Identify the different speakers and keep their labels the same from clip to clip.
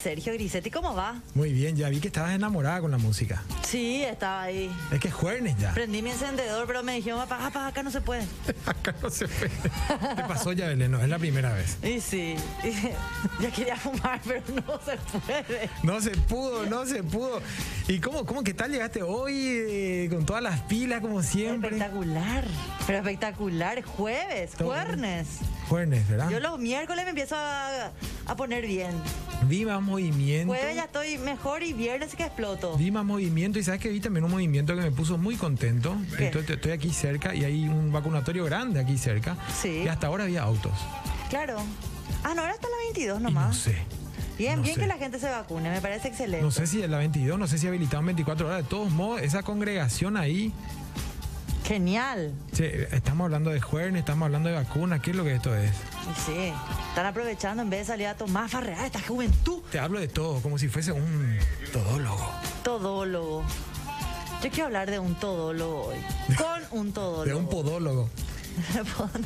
Speaker 1: Sergio Grisetti, ¿cómo va?
Speaker 2: Muy bien, ya vi que estabas enamorada con la música.
Speaker 1: Sí, estaba ahí.
Speaker 2: Es que es jueves ya.
Speaker 1: Prendí mi encendedor, pero me dijeron, papá, papá, acá no se puede.
Speaker 2: Acá no se puede. Te pasó ya, Belén, no es la primera vez.
Speaker 1: Y sí, y- ya quería fumar, pero no se puede.
Speaker 2: No se pudo, no se pudo. ¿Y cómo, cómo que tal llegaste hoy eh, con todas las pilas como siempre?
Speaker 1: Espectacular, pero espectacular. Jueves,
Speaker 2: Todo bien.
Speaker 1: jueves.
Speaker 2: Jueves, ¿verdad?
Speaker 1: Yo los miércoles me empiezo a, a poner bien.
Speaker 2: Viva movimiento.
Speaker 1: Jueves ya estoy mejor y viernes que exploto.
Speaker 2: Vi más movimiento y sabes que vi también un movimiento que me puso muy contento.
Speaker 1: ¿Qué?
Speaker 2: Entonces, estoy aquí cerca y hay un vacunatorio grande aquí cerca.
Speaker 1: Sí.
Speaker 2: Y hasta ahora había autos.
Speaker 1: Claro. Ah, no, ahora hasta la 22
Speaker 2: Y no
Speaker 1: nomás.
Speaker 2: sé.
Speaker 1: bien,
Speaker 2: no
Speaker 1: bien
Speaker 2: sé.
Speaker 1: que la gente se vacune, me parece excelente.
Speaker 2: No sé si en la 22, no sé si habilitaron 24 horas. De todos modos, esa congregación ahí,
Speaker 1: Genial.
Speaker 2: che, estamos hablando de jueves, estamos hablando de vacunas, ¿qué es lo que esto es?
Speaker 1: Y sí, están aprovechando en vez de salir a tomar farrear esta juventud.
Speaker 2: Te hablo de todo, como si fuese un todólogo.
Speaker 1: Todólogo. Yo quiero hablar de un todólogo hoy. Con un todólogo.
Speaker 2: De un podólogo.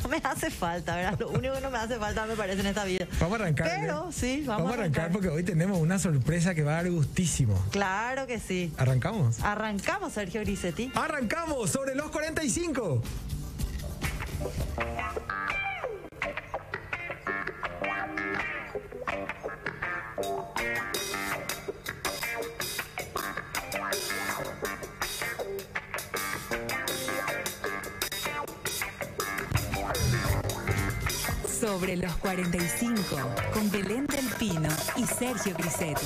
Speaker 1: no me hace falta, ¿verdad? Lo único que no me hace falta me parece en esta vida.
Speaker 2: Vamos a arrancar.
Speaker 1: Pero,
Speaker 2: ¿eh?
Speaker 1: sí, vamos,
Speaker 2: a arrancar porque hoy tenemos una sorpresa que va a dar gustísimo.
Speaker 1: Claro que sí.
Speaker 2: ¿Arrancamos?
Speaker 1: Arrancamos, Sergio Grisetti.
Speaker 2: ¡Arrancamos sobre los 45!
Speaker 3: Sobre los 45, con Belén del Pino y Sergio Grisetti.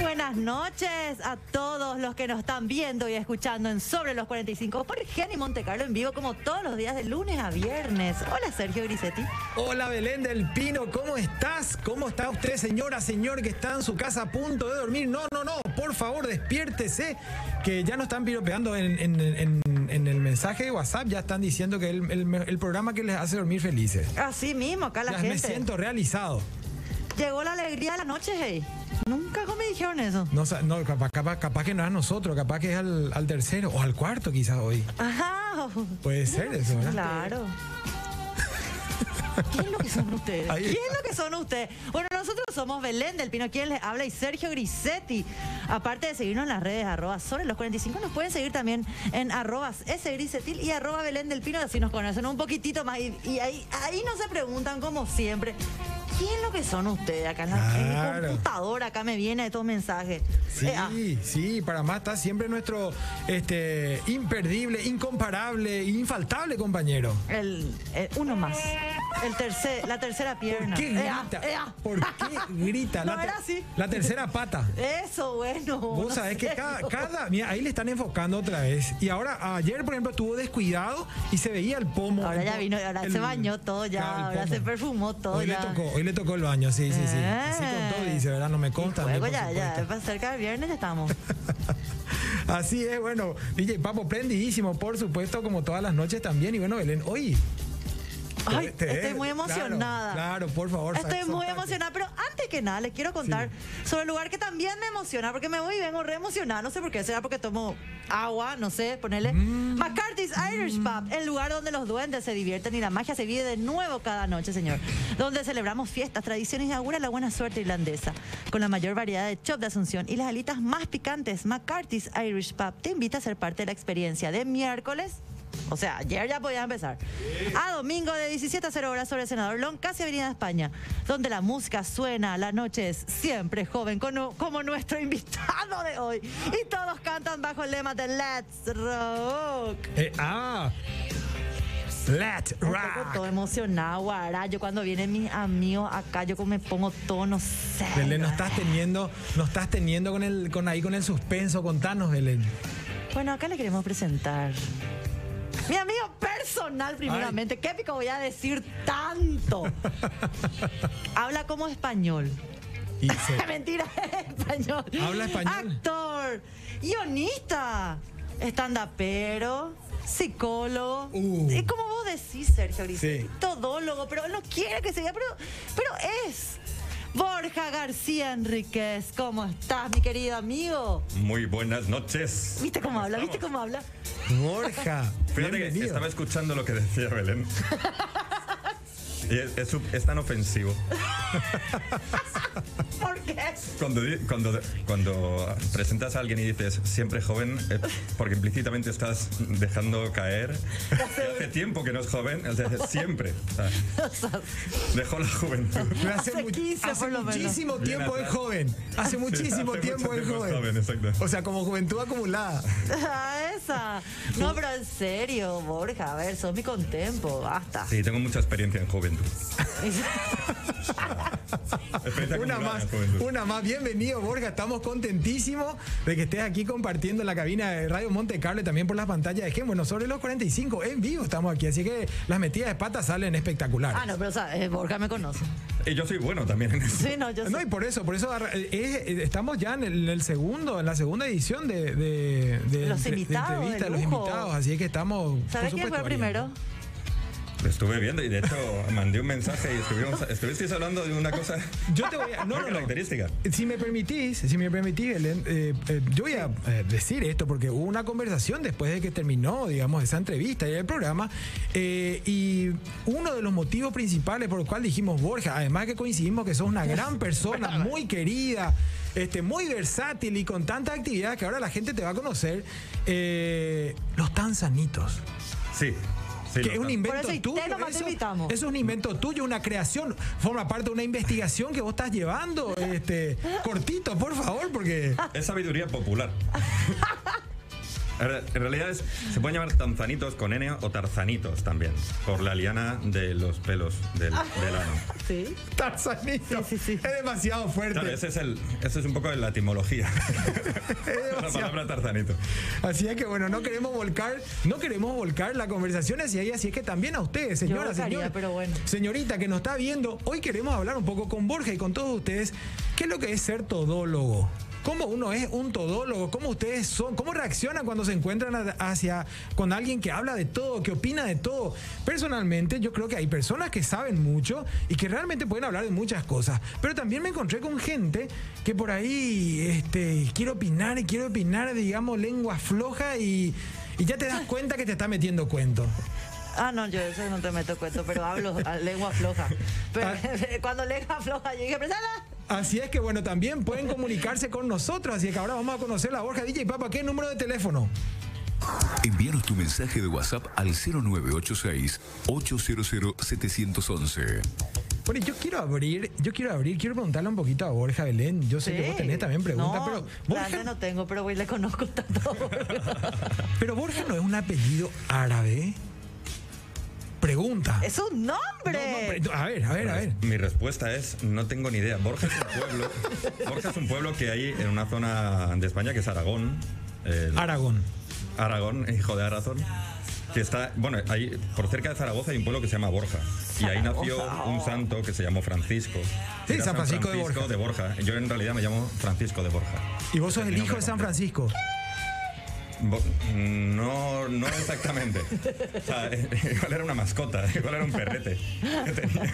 Speaker 1: Buenas noches a todos los que nos están viendo y escuchando en Sobre los 45 por Geni Montecarlo en vivo, como todos los días de lunes a viernes. Hola, Sergio Grisetti.
Speaker 2: Hola Belén del Pino, ¿cómo estás? ¿Cómo está usted, señora, señor, que está en su casa a punto de dormir? No, no, no, por favor, despiértese, que ya nos están piropeando en, en- en- en el mensaje de WhatsApp, ya están diciendo que el, el- el programa que les hace dormir felices.
Speaker 1: Así mismo, acá la
Speaker 2: ya
Speaker 1: gente.
Speaker 2: me siento realizado.
Speaker 1: Llegó la alegría de la noche, hey. Nunca me dijeron eso.
Speaker 2: No, sa- no, capaz, capaz- capaz que no es a nosotros, capaz que es al, al tercero o al cuarto quizás hoy.
Speaker 1: Ajá.
Speaker 2: Puede ser eso, ¿verdad?
Speaker 1: Claro. ¿Quién es lo que son ustedes?
Speaker 2: Ahí
Speaker 1: ¿Quién es
Speaker 2: está.
Speaker 1: lo que son ustedes? Bueno, nosotros somos Belén del Pino, quien les habla, y Sergio Grisetti. Aparte de seguirnos en las redes arroba sobre los 45, nos pueden seguir también en arrobas sgrisetil y arroba Belén del Pino, así nos conocen un poquitito más. Y, y ahí, ahí nos se preguntan, como siempre, ¿quién es lo que son ustedes? Acá en la en mi
Speaker 2: Claro.
Speaker 1: computadora, acá me viene estos mensajes.
Speaker 2: Sí,
Speaker 1: Eh, ah,
Speaker 2: sí, para más está siempre nuestro este, imperdible, incomparable, infaltable compañero.
Speaker 1: El, el- uno más. El tercer, la tercera pierna.
Speaker 2: ¿Qué
Speaker 1: Ea,
Speaker 2: grita?
Speaker 1: ea.
Speaker 2: ¿Por qué grita?
Speaker 1: No
Speaker 2: la, te-
Speaker 1: era así.
Speaker 2: la tercera pata.
Speaker 1: Eso, bueno.
Speaker 2: Vos
Speaker 1: no
Speaker 2: sabés
Speaker 1: sé,
Speaker 2: que cada,
Speaker 1: no.
Speaker 2: cada- Mira, ahí le están enfocando otra vez. Y ahora, ayer, por ejemplo, estuvo descuidado y se veía el pomo.
Speaker 1: Ahora
Speaker 2: el
Speaker 1: ya
Speaker 2: po-
Speaker 1: vino, ahora
Speaker 2: el-
Speaker 1: se bañó todo ya,
Speaker 2: Claro, el
Speaker 1: ahora
Speaker 2: pomo.
Speaker 1: se perfumó todo
Speaker 2: Hoy
Speaker 1: ya.
Speaker 2: le tocó, hoy le tocó el baño, sí, sí, sí. Así
Speaker 1: Eh.
Speaker 2: contó, dice, ¿verdad? No me
Speaker 1: Y
Speaker 2: consta.
Speaker 1: Luego ya, ya, para cerca del viernes ya estamos.
Speaker 2: Así es, bueno, DJ Papo, prendidísimo, por supuesto, como todas las noches también. Y bueno, Belén, hoy. te-
Speaker 1: Ay,
Speaker 2: te-
Speaker 1: estoy muy emocionada.
Speaker 2: Claro, claro, por favor.
Speaker 1: Estoy muy
Speaker 2: soltate.
Speaker 1: emocionada, pero antes que nada les quiero contar sobre el lugar que también me emociona, porque me voy y vengo re emocionada, no sé por qué, será porque tomo agua, no sé, ponerle.
Speaker 2: Mm.
Speaker 1: McCarthy's Irish Pub, el lugar donde los duendes se divierten y la magia se vive de nuevo cada noche, señor. Donde celebramos fiestas, tradiciones y augura la buena suerte irlandesa. Con la mayor variedad de chop de Asunción y las alitas más picantes, McCarthy's Irish Pub te invita a ser parte de la experiencia de miércoles o sea, ayer ya podía empezar. A domingo de 17 a 0 horas sobre Senador Long, casi Avenida España, donde la música suena, la noche es siempre joven, como, como nuestro invitado de hoy. Y todos cantan bajo el lema de Let's Rock.
Speaker 2: Eh, ah. Let
Speaker 1: Estoy
Speaker 2: rock.
Speaker 1: todo emocionado, guará. Yo cuando vienen mis amigos acá, yo como me pongo todo, no sé.
Speaker 2: Belén, no estás teniendo, no estás teniendo con el, con ahí con el suspenso, contanos, Belén.
Speaker 1: Bueno, acá le queremos presentar. Mi amigo personal, primeramente. ¿Qué pico voy a decir tanto? Habla como español.
Speaker 2: Y se-
Speaker 1: Mentira, español.
Speaker 2: Habla español.
Speaker 1: Actor, guionista, estandapero, psicólogo.
Speaker 2: Uh.
Speaker 1: Es como vos decís, Sergio Grisetti,
Speaker 2: Sí.
Speaker 1: todólogo, pero él no quiere que se diga, pero, pero es. Borja García Enríquez, ¿cómo estás, mi querido amigo?
Speaker 4: Muy buenas noches.
Speaker 1: ¿Viste cómo, habla? ¿Viste cómo habla?
Speaker 2: Borja,
Speaker 4: Fíjate que
Speaker 2: bienvenido.
Speaker 4: estaba escuchando lo que decía Belén Y es, es su- es tan ofensivo.
Speaker 1: ¿Por qué?
Speaker 4: Cuando, di- cuando, cuando presentas a alguien y dices siempre joven, eh, porque implícitamente estás dejando caer. que hace tiempo que no es joven, o sea, siempre. O sea,
Speaker 1: O sea,
Speaker 4: dejó la juventud.
Speaker 2: Pero
Speaker 1: Hace 15
Speaker 2: hace
Speaker 1: por lo menos.
Speaker 2: muchísimo
Speaker 4: Bien
Speaker 2: tiempo es
Speaker 4: atrás.
Speaker 2: joven. Hace muchísimo
Speaker 4: hace
Speaker 2: tiempo es
Speaker 4: mucho tiempo es
Speaker 2: joven.
Speaker 4: joven, exacto.
Speaker 2: O sea, como juventud acumulada.
Speaker 1: ah, esa. No, pero en serio, Borja, a ver, sos mi contempo, basta.
Speaker 4: Sí, tengo mucha experiencia en juventud. Experiencia
Speaker 2: Una
Speaker 4: acumulada
Speaker 2: más,
Speaker 4: en juventud.
Speaker 2: una más. Bienvenido, Borja. Estamos contentísimos de que estés aquí compartiendo la cabina de Radio Monte Carlo y también por las pantallas de Gémonos. Sobre los 45 en vivo estamos aquí, así que las metidas de patas salen espectaculares.
Speaker 1: Ah, no, pero o sea, eh, Borja me conoce.
Speaker 4: Y yo soy bueno también en eso.
Speaker 1: Sí, no, yo
Speaker 2: No,
Speaker 1: sé.
Speaker 2: y por eso, por eso arra- eh, eh, eh, estamos ya en el, en el segundo, en la segunda edición de, de, de
Speaker 1: Los
Speaker 2: entre- de
Speaker 1: invitados, de
Speaker 2: entrevista, los
Speaker 1: lujo.
Speaker 2: invitados, así que estamos. por
Speaker 1: ¿Sabes quién
Speaker 2: supuesto,
Speaker 1: fue primero?
Speaker 2: variando.
Speaker 4: Lo estuve viendo y de hecho mandé un mensaje y estuvimos, estuvisteis hablando de una cosa
Speaker 2: Yo te voy a. No,
Speaker 4: muy
Speaker 2: no, no.
Speaker 4: característica.
Speaker 2: Si me permitís, si me permitís, Belén, eh, eh, yo voy a eh, decir esto porque hubo una conversación después de que terminó, digamos, esa entrevista y el programa. eh, y uno de los motivos principales por el cual dijimos, Borja, además que coincidimos que sos una gran persona, muy querida, este, muy versátil y con tanta actividad que ahora la gente te va a conocer, eh, los tanzanitos.
Speaker 4: Sí. sí
Speaker 2: Que
Speaker 4: lo
Speaker 2: es un
Speaker 4: tanto.
Speaker 2: invento
Speaker 1: Por eso, y te
Speaker 2: tuyo.
Speaker 1: nomás te
Speaker 2: eso,
Speaker 1: invitamos.
Speaker 2: eso es un invento tuyo, una creación. Forma parte de una investigación que vos estás llevando. Este, cortito, por favor, porque.
Speaker 4: Es sabiduría popular. En re- en realidad es- se pueden llamar tanzanitos con N o tarzanitos también, por la liana de los pelos del,
Speaker 2: Ah.
Speaker 4: del ano.
Speaker 1: Sí.
Speaker 2: Tarzanito.
Speaker 1: Sí, sí, sí.
Speaker 2: Es demasiado fuerte.
Speaker 4: Claro, ese es el, ese es un poco la etimología. la palabra tarzanito.
Speaker 2: Así es que bueno, no queremos volcar, no queremos volcar la conversación hacia ahí, así es que también a ustedes, señora,
Speaker 1: volcaría,
Speaker 2: señor,
Speaker 1: pero bueno.
Speaker 2: señorita que nos está viendo, hoy queremos hablar un poco con Borja y con todos ustedes, qué es lo que es ser todólogo. ¿Cómo uno es un todólogo? ¿Cómo ustedes son? ¿Cómo reaccionan cuando se encuentran a- hacia con alguien que habla de todo, que opina de todo? Personalmente, yo creo que hay personas que saben mucho y que realmente pueden hablar de muchas cosas. Pero también me encontré con gente que por ahí este, quiere opinar y quiere opinar, digamos, lengua floja y, y ya te das cuenta que te está metiendo cuento.
Speaker 1: Ah, no, yo eso no te meto cuento, pero hablo a lengua floja. Pero
Speaker 2: Ah.
Speaker 1: cuando lengua floja, yo dije, "Presala".
Speaker 2: Así es que bueno, también pueden comunicarse con nosotros. Así que ahora vamos a conocer la Borja DJ Papa. ¿Qué número de teléfono?
Speaker 5: Envíanos tu mensaje de WhatsApp al 0986-800-711.
Speaker 2: Bueno, yo quiero abrir, yo quiero abrir, quiero preguntarle un poquito a Borja Belén. Yo sé que vos tenés también preguntas,
Speaker 1: no,
Speaker 2: pero
Speaker 1: planes
Speaker 2: Borja,
Speaker 1: no tengo, pero güey, le conozco tanto.
Speaker 2: pero Borja no es un apellido árabe. Pregunta.
Speaker 1: es un nombre.
Speaker 2: No, no, pero- a ver, a ver, a ver.
Speaker 4: Mi respuesta es no tengo ni idea. Borja es un pueblo, Borja es un pueblo que hay en una zona de España que es Aragón. el-
Speaker 2: Aragón.
Speaker 4: Aragón, hijo de Aragón. Que está, bueno, ahí por cerca de Zaragoza hay un pueblo que se llama Borja. Y ahí nació
Speaker 1: Zaragoza,
Speaker 4: un
Speaker 1: oh.
Speaker 4: santo que se llamó Francisco.
Speaker 2: Sí,
Speaker 4: Era
Speaker 2: San Francisco de
Speaker 4: de Borja. Yo en realidad me llamo Francisco de Borja.
Speaker 2: Y vos sos el
Speaker 4: Tenía
Speaker 2: hijo
Speaker 4: un
Speaker 2: de San Francisco.
Speaker 4: Bo- no, no exactamente. O sea, igual era una mascota, igual era un perrete.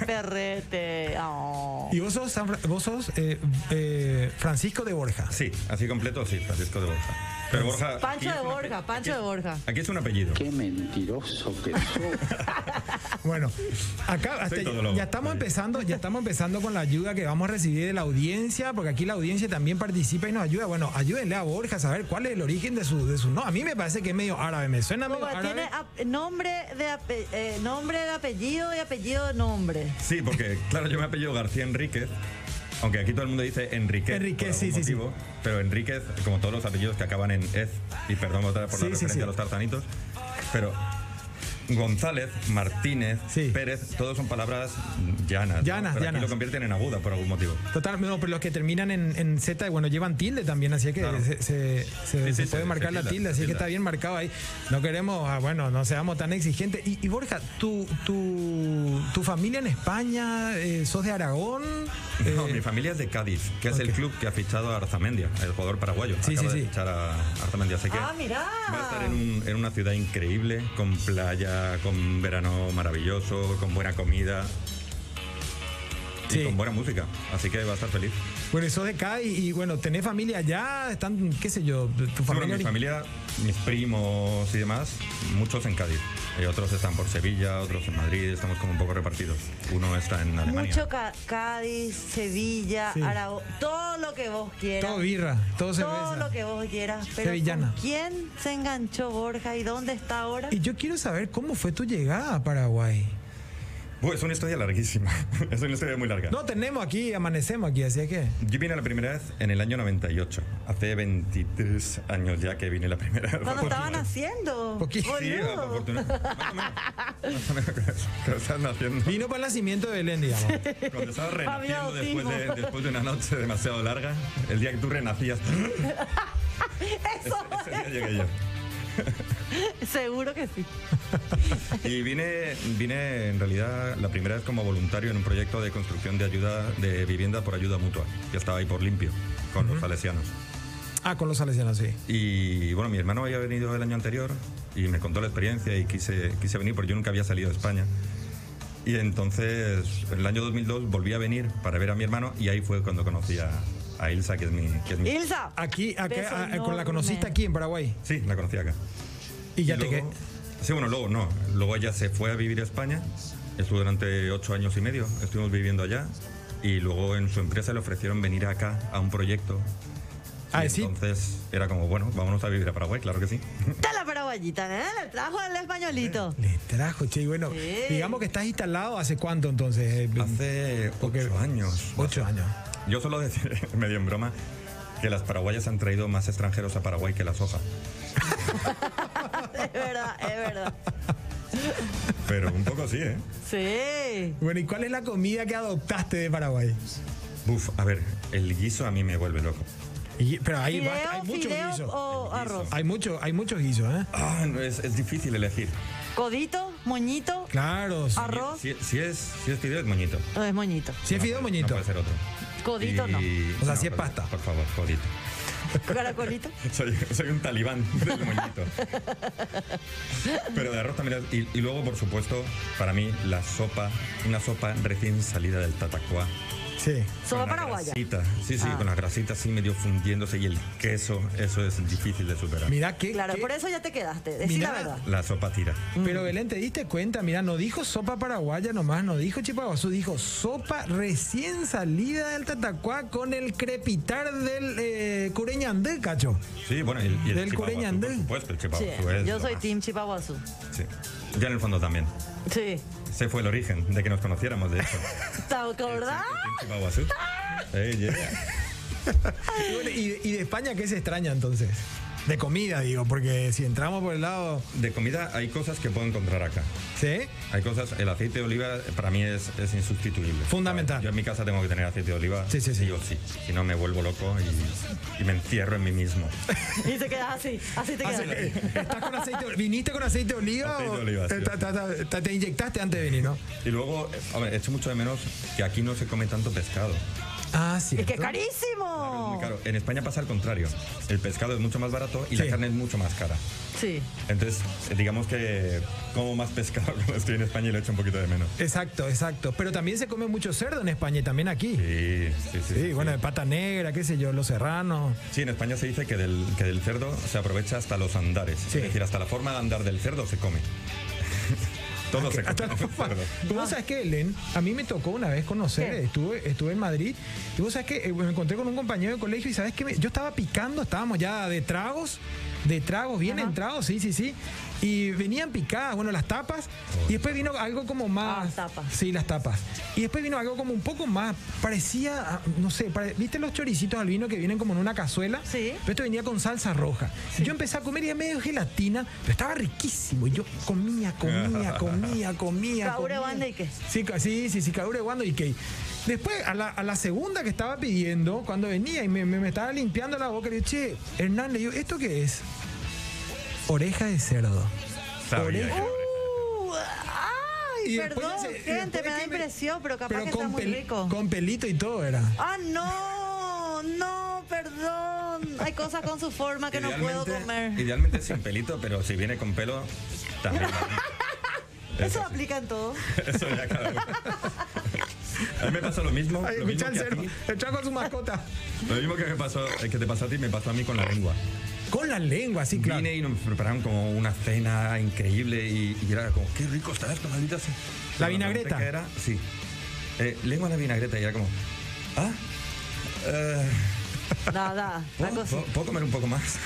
Speaker 1: Perrete. Oh.
Speaker 2: Y vos sos, San Fra- vos sos eh, eh, Francisco de Borja.
Speaker 4: Sí, así completo, sí, Francisco de Borja. Pero Borja. aquí
Speaker 1: Pancho
Speaker 4: es
Speaker 1: de
Speaker 4: un ape-
Speaker 1: Borja, Pancho de Borja.
Speaker 4: Aquí es un apellido.
Speaker 6: Qué mentiroso que sos.
Speaker 2: Bueno, acá hasta
Speaker 4: Soy
Speaker 2: ya,
Speaker 4: todólogo.
Speaker 2: ya estamos
Speaker 4: Oye.
Speaker 2: empezando, ya estamos empezando con la ayuda que vamos a recibir de la audiencia, porque aquí la audiencia también participa y nos ayuda. Bueno, ayúdenle a Borja a saber cuál es el origen de su, de su no. A mí me parece que es medio árabe, me suena medio
Speaker 1: Como tiene
Speaker 2: árabe.
Speaker 1: ap- nombre de ape- eh, nombre de apellido y apellido de nombre.
Speaker 4: Sí, porque claro, yo me apellido García Enríquez. Aunque aquí todo el mundo dice Enríquez.
Speaker 2: Enríquez,
Speaker 4: por
Speaker 2: sí,
Speaker 4: algún
Speaker 2: sí, sí.
Speaker 4: Pero Enríquez, como todos los apellidos que acaban en Ez, y perdón otra vez por
Speaker 2: Sí,
Speaker 4: la
Speaker 2: sí,
Speaker 4: referencia
Speaker 2: sí.
Speaker 4: a los tarzanitos, pero González, Martínez,
Speaker 2: Sí.
Speaker 4: Pérez, todos son palabras llanas. ¿no?
Speaker 2: Llanas,
Speaker 4: Pero
Speaker 2: llanas.
Speaker 4: Aquí lo convierten en aguda por algún motivo.
Speaker 2: Total, no, pero los que terminan en, en Z, bueno, llevan tilde también, así que
Speaker 4: Claro.
Speaker 2: se, se- se-
Speaker 4: Sí, sí,
Speaker 2: se
Speaker 4: se-
Speaker 2: puede
Speaker 4: se
Speaker 2: marcar la
Speaker 4: tilda,
Speaker 2: tilde,
Speaker 4: se
Speaker 2: así que
Speaker 4: tilda.
Speaker 2: está bien marcado ahí. No queremos, ah, bueno, no seamos tan exigentes. Y, y Borja, ¿tu, tu, tu familia en España, eh, sos de Aragón?
Speaker 4: No,
Speaker 2: Eh,
Speaker 4: mi familia es de Cádiz, que es
Speaker 2: ok.
Speaker 4: el club que ha fichado a Arzamendia, el jugador paraguayo.
Speaker 2: Sí,
Speaker 4: Acaba
Speaker 2: sí,
Speaker 4: de
Speaker 2: sí.
Speaker 4: fichar a Arzamendia, así que
Speaker 1: Ah, mirá.
Speaker 4: va a estar en, un- en una ciudad increíble, con playa, con verano maravilloso, con buena comida.
Speaker 2: Sí.
Speaker 4: y con buena música. Así que va a estar feliz.
Speaker 2: Bueno, y sos de acá y, y, bueno, tenés familia allá, están, qué sé yo, tu
Speaker 4: Bueno,
Speaker 2: familia.
Speaker 4: mi familia, mis primos y demás, muchos en Cádiz. Y otros están por Sevilla, otros en Madrid, estamos como un poco repartidos. Uno está en Alemania.
Speaker 1: Mucho Ca- Cádiz, Sevilla,
Speaker 2: Sí.
Speaker 1: Aragón, todo lo que vos quieras.
Speaker 2: Todo birra, todo
Speaker 1: Todo
Speaker 2: cerveza.
Speaker 1: lo que vos quieras. Pero
Speaker 2: Sevillana.
Speaker 1: ¿con ¿Quién se enganchó Borja y dónde está ahora?
Speaker 2: Y yo quiero saber cómo fue tu llegada a Paraguay.
Speaker 4: Buah, es una historia larguísima. es una historia muy larga.
Speaker 2: No tenemos aquí, amanecemos aquí, así que.
Speaker 4: Yo vine la primera vez en el año 98. Hace 23 años ya que vine la primera vez.
Speaker 1: Cuando estaban haciendo.
Speaker 2: Poqui- Sí,
Speaker 4: Sí,
Speaker 1: boludo.
Speaker 4: oportuna- más o menos. Más o menos. Cuando estaban haciendo-
Speaker 2: Vino para el nacimiento de Belén, digamos.
Speaker 4: Cuando estaba renaciendo
Speaker 1: bautismo.
Speaker 4: después de, después de una noche demasiado larga, el día que tú renacías,
Speaker 1: Eso,
Speaker 4: ese día llegué yo.
Speaker 1: seguro que sí.
Speaker 4: Y vine, vine en realidad la primera vez como voluntario en un proyecto de construcción de ayuda de vivienda por ayuda mutua, que estaba ahí por limpio, con los salesianos.
Speaker 2: Ah, con los salesianos, sí.
Speaker 4: Y bueno, mi hermano había venido el año anterior y me contó la experiencia y quise, quise venir porque yo nunca había salido de España. Y entonces, en el año 2002, volví a venir para ver a mi hermano y ahí fue cuando conocí a, a Ilsa, que es mi... que es mi-
Speaker 1: Ilsa.
Speaker 2: Aquí,
Speaker 1: beso
Speaker 2: acá, a- con la
Speaker 1: enorme.
Speaker 2: conociste aquí en Paraguay.
Speaker 4: Sí, la conocí acá.
Speaker 2: Y ya te
Speaker 4: luego-
Speaker 2: quedé.
Speaker 4: Sí, bueno, luego no. Luego ella se fue a vivir a España. Estuvo durante ocho años y medio. Estuvimos viviendo allá. Y luego en su empresa le ofrecieron venir acá a un proyecto.
Speaker 2: Ah,
Speaker 4: Y
Speaker 2: sí.
Speaker 4: Entonces era como, bueno, vámonos a vivir a Paraguay, claro que sí.
Speaker 1: Está la paraguayita, ¿eh? Le trajo el españolito.
Speaker 2: Le trajo, che. Y bueno,
Speaker 1: Sí.
Speaker 2: digamos que estás instalado hace cuánto entonces. eh,
Speaker 4: Hace
Speaker 2: porque-
Speaker 4: ocho años.
Speaker 2: Ocho años.
Speaker 4: Yo solo decir, medio en broma, que las paraguayas han traído más extranjeros a Paraguay que la soja.
Speaker 1: Es verdad, es verdad.
Speaker 4: Pero un poco sí, ¿eh?
Speaker 1: Sí.
Speaker 2: Bueno, ¿y cuál es la comida que adoptaste de Paraguay?
Speaker 4: Buf, a ver, el guiso a mí me vuelve loco.
Speaker 2: Y- pero ahí
Speaker 1: Fideo,
Speaker 2: basta, hay muchos
Speaker 1: fideo
Speaker 2: guisos.
Speaker 1: o
Speaker 4: El guiso.
Speaker 1: arroz.
Speaker 2: Hay mucho, hay muchos guisos, ¿eh?
Speaker 4: Ah, no, es, es difícil elegir.
Speaker 1: Codito, moñito.
Speaker 2: Claro. sí.
Speaker 1: Arroz.
Speaker 4: Si, si es, si es fideo, es moñito.
Speaker 1: No es moñito.
Speaker 2: Si es fideo,
Speaker 4: No
Speaker 2: moñito.
Speaker 4: puede ser otro.
Speaker 1: Codito no.
Speaker 2: O sea, si es
Speaker 4: por-
Speaker 2: pasta.
Speaker 4: Por favor, codito.
Speaker 1: Caracolito.
Speaker 4: Soy, soy un talibán del moñito. Pero de arroz también. es- Y, y luego, por supuesto, para mí, la sopa, una sopa recién salida del tatacuá.
Speaker 2: Sí.
Speaker 1: Sopa
Speaker 4: Con la
Speaker 1: paraguaya. Ah.
Speaker 4: grasita. Sí, sí, con la grasita así medio fundiéndose y el queso, eso es difícil de superar.
Speaker 2: Mira que.
Speaker 1: Claro,
Speaker 2: que-
Speaker 1: por eso Mm. ya te quedaste. Decí
Speaker 2: Mirá.
Speaker 1: la verdad.
Speaker 4: La sopa tira.
Speaker 2: Pero Belén, ¿te diste cuenta? Mira, no dijo sopa paraguaya nomás, no dijo chipaguazú, dijo sopa recién salida del Tatacuá con el crepitar del eh, cureñandé, cacho.
Speaker 4: Sí, bueno, y el, y el
Speaker 2: Del
Speaker 4: chipa guazú,
Speaker 2: Cureñandé.
Speaker 4: Por supuesto, el
Speaker 1: Sí,
Speaker 4: chipaguazú es
Speaker 1: Yo
Speaker 4: lo
Speaker 1: soy
Speaker 4: más.
Speaker 1: Team Chipaguazú.
Speaker 4: Sí. Ya en el fondo también.
Speaker 1: Sí.
Speaker 4: Ese fue el origen de que nos conociéramos, de hecho.
Speaker 1: ¿Te acordás?
Speaker 4: El chipaguazú. Eh, yeah.
Speaker 2: Y, bueno, y- y de España, ¿qué se extraña entonces? De comida, digo, porque si entramos por el lado.
Speaker 4: De comida hay cosas que puedo encontrar acá.
Speaker 2: ¿Sí?
Speaker 4: Hay cosas, el aceite de oliva eh, para mí es, es insustituible.
Speaker 2: Fundamental.
Speaker 4: Yo en mi casa tengo que tener aceite de oliva.
Speaker 2: Sí, sí, sí.
Speaker 4: o sí. Si no me vuelvo loco y, y me encierro en mí mismo.
Speaker 1: Y te quedas así. Así te
Speaker 2: Hace-
Speaker 1: quedas.
Speaker 2: eh, ¿Estás con aceite, de- ¿Viniste con aceite de oliva?
Speaker 4: Aceite
Speaker 2: o
Speaker 4: de oliva, sí,
Speaker 2: te, te- te- te- te inyectaste antes de venir, ¿no?
Speaker 4: Y luego, eh, a ver, echo mucho de menos que aquí no se come tanto pescado.
Speaker 2: Ah, sí.
Speaker 1: Y que
Speaker 4: Es
Speaker 1: carísimo.
Speaker 4: muy caro. En España pasa al contrario. El pescado es mucho más barato y
Speaker 2: Sí.
Speaker 4: la carne es mucho más cara.
Speaker 1: Sí.
Speaker 4: Entonces, eh, digamos que como más pescado cuando estoy en España y lo echo un poquito de menos.
Speaker 2: Exacto, exacto. Pero también se come mucho cerdo en España y también aquí.
Speaker 4: Sí, sí, sí.
Speaker 2: Sí, bueno, de pata negra, qué sé yo, los serranos.
Speaker 4: Sí, en España se dice que del, que del cerdo se aprovecha hasta los andares.
Speaker 2: Sí.
Speaker 4: Es decir, hasta la forma de andar del cerdo se come.
Speaker 2: Ah,
Speaker 4: Todo se come. en el cerdo.
Speaker 2: ¿Cómo sabes que Belén? A mí me tocó una vez conocer,
Speaker 1: ¿Qué?
Speaker 2: estuve, estuve en Madrid, y vos sabes que eh, me encontré con un compañero de colegio y sabes que yo estaba picando, estábamos ya de tragos, de tragos, bien entrados, sí, sí, sí. Y venían picadas, bueno, las tapas, y después vino algo como más.
Speaker 1: Ah, tapas.
Speaker 2: Sí, las tapas. Y después vino algo como un poco más, parecía, ah, no sé, pare- ¿viste los choricitos al vino que vienen como en una cazuela?
Speaker 1: Sí.
Speaker 2: Pero esto venía con salsa roja. Yo empecé a comer y era medio gelatina, pero estaba riquísimo. Y yo comía, comía, comía, comía.
Speaker 1: Kaure
Speaker 2: comía.
Speaker 1: Wanda y qué.
Speaker 2: Sí, ca- sí, sí, sí, Kaure Wanda y qué. Después, a la, a la segunda que estaba pidiendo, cuando venía y me, me- me estaba limpiando la boca, le digo, che, Hernán, le digo, ¿esto qué es? Oreja de cerdo.
Speaker 4: Sabía
Speaker 2: Oreja.
Speaker 4: que-
Speaker 1: Uh, ay,
Speaker 2: Y después
Speaker 1: perdón,
Speaker 2: ya se- y
Speaker 1: gente,
Speaker 2: después
Speaker 1: me da
Speaker 2: es que me-
Speaker 1: impresión, pero capaz que está
Speaker 2: con
Speaker 1: muy
Speaker 2: pel-
Speaker 1: rico.
Speaker 2: Con pelito y todo era.
Speaker 1: Ah, no, no, perdón. Hay cosas con su forma que no puedo
Speaker 4: Idealmente-
Speaker 1: comer.
Speaker 4: Idealmente sin pelito, pero si viene con pelo, también. va bien.
Speaker 1: Eso aplica en todo.
Speaker 4: Eso ya cada uno. A mí me pasa lo mismo.
Speaker 2: Ay,
Speaker 4: lo
Speaker 2: mi
Speaker 4: mismo que a
Speaker 2: chancero.
Speaker 4: ti.
Speaker 2: El chaco es su mascota.
Speaker 4: Lo mismo que, me pasó, eh, que te pasó a ti me pasó a mí con la lengua.
Speaker 2: Con la lengua, sí, claro.
Speaker 4: Vine y nos prepararon como una cena increíble y, y era como, qué rico está esto, maldita sea".
Speaker 2: ¿La
Speaker 4: Y cuando
Speaker 2: vinagreta?
Speaker 4: pregunté qué era, sí. Eh, lengua a la vinagreta y era como, ah, eh,
Speaker 1: Nada,
Speaker 2: Oh,
Speaker 1: la
Speaker 4: ¿puedo,
Speaker 1: cosa.
Speaker 4: puedo- puedo comer un poco más?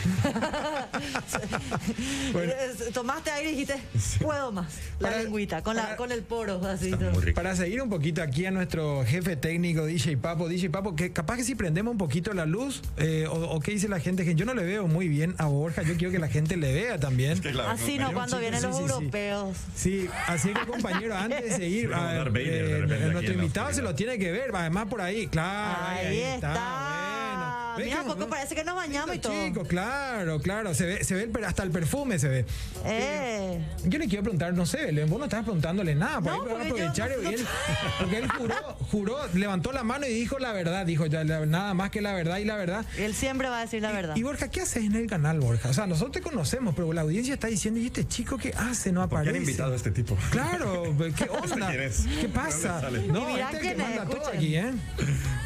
Speaker 2: Bueno.
Speaker 1: Eh, Tomaste aire y dijiste, puedo más. La
Speaker 2: Para-
Speaker 1: lengüita, con,
Speaker 2: para-
Speaker 1: la, con el poro, así.
Speaker 4: Está
Speaker 1: todo.
Speaker 4: muy rico.
Speaker 2: Para seguir un poquito aquí a nuestro jefe técnico, DJ Papo, DJ Papo, que capaz que si prendemos un poquito la luz, eh, o, o qué dice la gente, que yo no le veo muy bien a Borja, yo quiero que la gente le vea también.
Speaker 1: Así no, cuando
Speaker 2: Sí,
Speaker 1: vienen
Speaker 2: sí,
Speaker 1: los
Speaker 2: sí, sí.
Speaker 1: europeos.
Speaker 2: Sí, así que compañero, antes de seguir,
Speaker 4: Sí, vamos a
Speaker 2: a-
Speaker 4: dar Vader de
Speaker 2: eh,
Speaker 4: repente aquí
Speaker 2: nuestro
Speaker 4: en la
Speaker 2: invitado se
Speaker 4: oscuridad.
Speaker 2: lo tiene que ver, además por ahí, claro.
Speaker 1: Ahí, está.
Speaker 2: bueno. ¿Ves
Speaker 1: Mira,
Speaker 2: que-
Speaker 1: poco parece que nos bañamos y todo.
Speaker 2: Chicos, claro, claro, se ve, se ve el per- hasta el perfume se ve.
Speaker 1: Eh.
Speaker 2: Yo le quiero preguntar, no sé, Belén, vos no estás preguntándole nada, por
Speaker 1: No,
Speaker 2: ahí va a
Speaker 1: porque yo
Speaker 2: aprovechar.
Speaker 1: no-
Speaker 2: y él- porque él juró, juró, levantó la mano y dijo la verdad, dijo ya la- nada más que la verdad y la verdad.
Speaker 1: Él siempre va a decir la verdad.
Speaker 2: Y Borja, ¿qué haces en el canal, Borja? O sea, nosotros te conocemos, pero la audiencia está diciendo, ¿y este chico qué hace? No
Speaker 4: ¿Por qué
Speaker 2: aparece.
Speaker 4: han invitado a este tipo?
Speaker 2: Claro, ¿qué onda?
Speaker 4: quién es?
Speaker 2: ¿Qué pasa?
Speaker 4: ¿De dónde sale?
Speaker 2: No,
Speaker 1: Y mirá
Speaker 2: este es el
Speaker 1: quién
Speaker 2: que
Speaker 1: es,
Speaker 2: manda todo
Speaker 1: escuchen.
Speaker 2: aquí, ¿eh?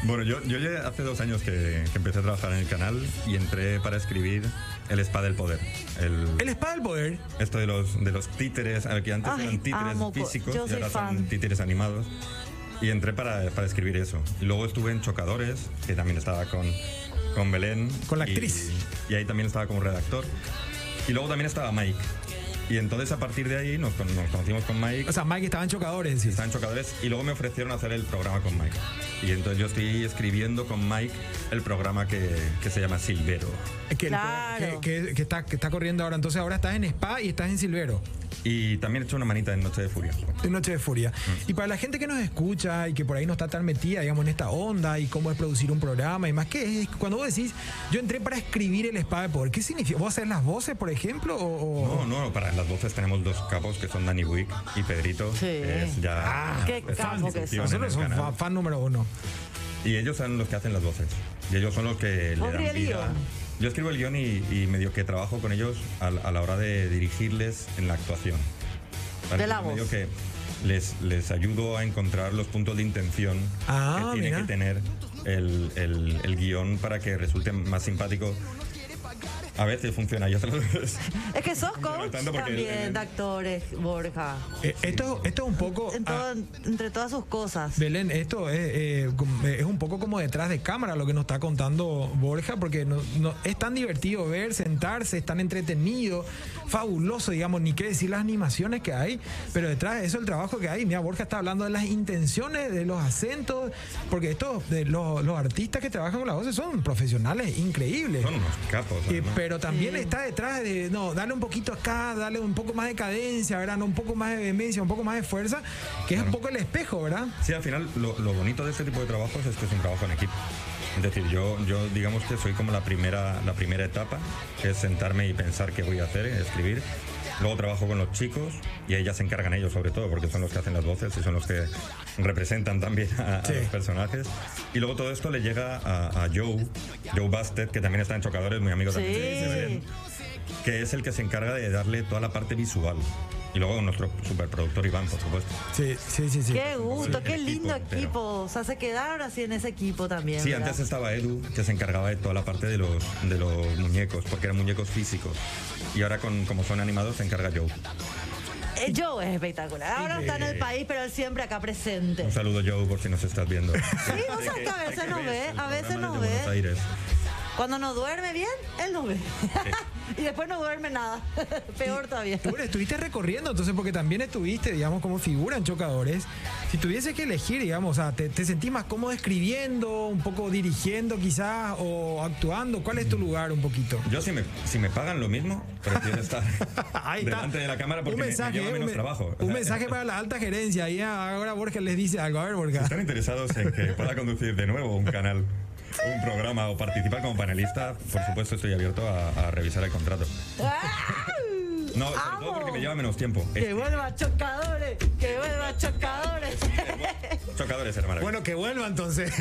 Speaker 4: Bueno, yo, yo ya hace dos años que, que empecé a trabajar en el canal y entré para escribir El Spa del Poder. El,
Speaker 2: El espada del poder.
Speaker 4: esto de los, de los títeres, a ver, que antes
Speaker 1: Ay,
Speaker 4: eran títeres
Speaker 1: amo, co-
Speaker 4: físicos
Speaker 1: yo
Speaker 4: y
Speaker 1: soy
Speaker 4: ahora
Speaker 1: fan.
Speaker 4: son títeres animados. Y entré para, para escribir eso. Y luego estuve en Chocadores, que también estaba con, con Belén.
Speaker 2: Con la
Speaker 4: y-
Speaker 2: actriz.
Speaker 4: Y ahí también estaba como redactor. Y luego también estaba Mike. Y entonces a partir de ahí nos, con- nos conocimos con Mike.
Speaker 2: O sea, Mike estaban chocadores, sí.
Speaker 4: Estaba en Chocadores y luego me ofrecieron hacer el programa con Mike. Y entonces yo estoy escribiendo con Mike el programa que, que se llama Silvero.
Speaker 2: Que, el-
Speaker 1: Claro.
Speaker 2: que, que- que está, que está corriendo ahora. Entonces ahora estás en Spa y estás en Silvero.
Speaker 4: Y también he hecho una manita en Noche de Furia.
Speaker 2: En Noche de Furia. Y para la gente que nos escucha y que por ahí no está tan metida, digamos, en esta onda y cómo es producir un programa y más, ¿qué es? Cuando vos decís, yo entré para escribir el espada de poder, ¿qué significa? ¿Vos haces las voces, por ejemplo? O, o-
Speaker 4: No, no, para las voces tenemos dos capos que son Danny Wick y Pedrito.
Speaker 1: Sí. Ah,
Speaker 4: que es ya,
Speaker 1: qué
Speaker 4: es una
Speaker 1: capo que
Speaker 4: institución en el
Speaker 2: Nosotros somos
Speaker 4: canal.
Speaker 2: fa- fan número uno.
Speaker 4: Y ellos son los que hacen las voces. Y ellos son los que le
Speaker 1: Hombre,
Speaker 4: dan
Speaker 1: el
Speaker 4: vida.
Speaker 1: guión.
Speaker 4: Yo escribo el guión y, y medio que trabajo con ellos a, la- a la hora de dirigirles en la actuación. ¿Vale?
Speaker 1: De la
Speaker 4: Yo medio
Speaker 1: voz.
Speaker 4: que les, les ayudo a encontrar los puntos de intención
Speaker 2: Ah,
Speaker 4: que tiene
Speaker 2: mira.
Speaker 4: que tener el, el- el guión para que resulte más simpático. A veces funciona y otras veces.
Speaker 1: Es que sos coach
Speaker 4: tanto porque
Speaker 1: también
Speaker 4: el- el-
Speaker 1: de actores, Borja.
Speaker 2: Eh, esto, esto es un poco.
Speaker 1: En
Speaker 2: ah,
Speaker 1: todo- entre todas sus cosas.
Speaker 2: Belén, esto es, eh, com- eh, es un poco como detrás de cámara lo que nos está contando Borja, porque no- no- es tan divertido ver, sentarse, es tan entretenido, fabuloso, digamos, ni qué decir las animaciones que hay, pero detrás de eso el trabajo que hay, mira, Borja está hablando de las intenciones, de los acentos, porque estos, de los, los artistas que trabajan con las voces son profesionales increíbles.
Speaker 4: Son unos capos.
Speaker 2: Eh,
Speaker 4: además.
Speaker 2: pero también está detrás de, no, dale un poquito acá, dale un poco más de cadencia, ¿verdad? No, un poco más de vehemencia, un poco más de fuerza, que es un poco el espejo, ¿verdad?
Speaker 4: Sí, al final lo, lo bonito de este tipo de trabajos es que es un trabajo en equipo. Es decir, yo, yo digamos que soy como la primera, la primera etapa, que es sentarme y pensar qué voy a hacer, escribir. Luego trabajo con los chicos y ahí ya se encargan ellos sobre todo, porque son los que hacen las voces y son los que representan también a, a
Speaker 2: Sí.
Speaker 4: los personajes. Y luego todo esto le llega a, a Joe, Joe Bastet, que también está en Chocadores, muy amigo también de- de Belén
Speaker 1: Sí.
Speaker 4: que es el que se encarga de darle toda la parte visual. Y luego nuestro superproductor Iván, por supuesto.
Speaker 2: Sí, sí, sí, sí.
Speaker 1: Qué gusto,
Speaker 4: el
Speaker 1: qué
Speaker 4: equipo
Speaker 1: lindo
Speaker 4: entero.
Speaker 1: equipo. O sea, se quedaron así en ese equipo también.
Speaker 4: Sí,
Speaker 1: ¿verdad?
Speaker 4: antes estaba Edu, que se encargaba de toda la parte de los, de los muñecos, porque eran muñecos físicos. Y ahora, con, como son animados, se encarga Joe.
Speaker 1: Eh, Joe es espectacular. Ahora está en el país, pero él siempre acá presente.
Speaker 4: Un saludo, Joe, por si nos estás viendo.
Speaker 1: Sí, o sea, que a veces nos ve, a veces nos
Speaker 4: nos
Speaker 1: ve. Cuando no duerme bien, él nos ve. Y después no duerme nada. Peor todavía.
Speaker 2: Bueno, estuviste recorriendo, entonces, porque también estuviste, digamos, como figura en Chocadores. Si tuviese que elegir, digamos, o sea, ¿te, te sentís más cómodo escribiendo, un poco dirigiendo quizás, o actuando? ¿Cuál es tu lugar un poquito?
Speaker 4: Yo, si me, si me pagan lo mismo, prefiero estar
Speaker 2: Ahí está.
Speaker 4: delante de la cámara porque
Speaker 2: un
Speaker 4: me-
Speaker 2: mensaje,
Speaker 4: me, lleva
Speaker 2: eh,
Speaker 4: menos
Speaker 2: un, me-
Speaker 4: trabajo.
Speaker 2: un mensaje para la alta gerencia. Ahí ahora Borges les dice algo. A ver, Borges.
Speaker 4: están interesados en que pueda conducir de nuevo un canal, un programa o participar como panelista, por supuesto estoy abierto a, a revisar el contrato. No, sobre todo porque me lleva menos tiempo.
Speaker 1: Que vuelva chocadores, que vuelva chocadores.
Speaker 4: Chocadores, hermano.
Speaker 2: Bueno, que vuelva entonces.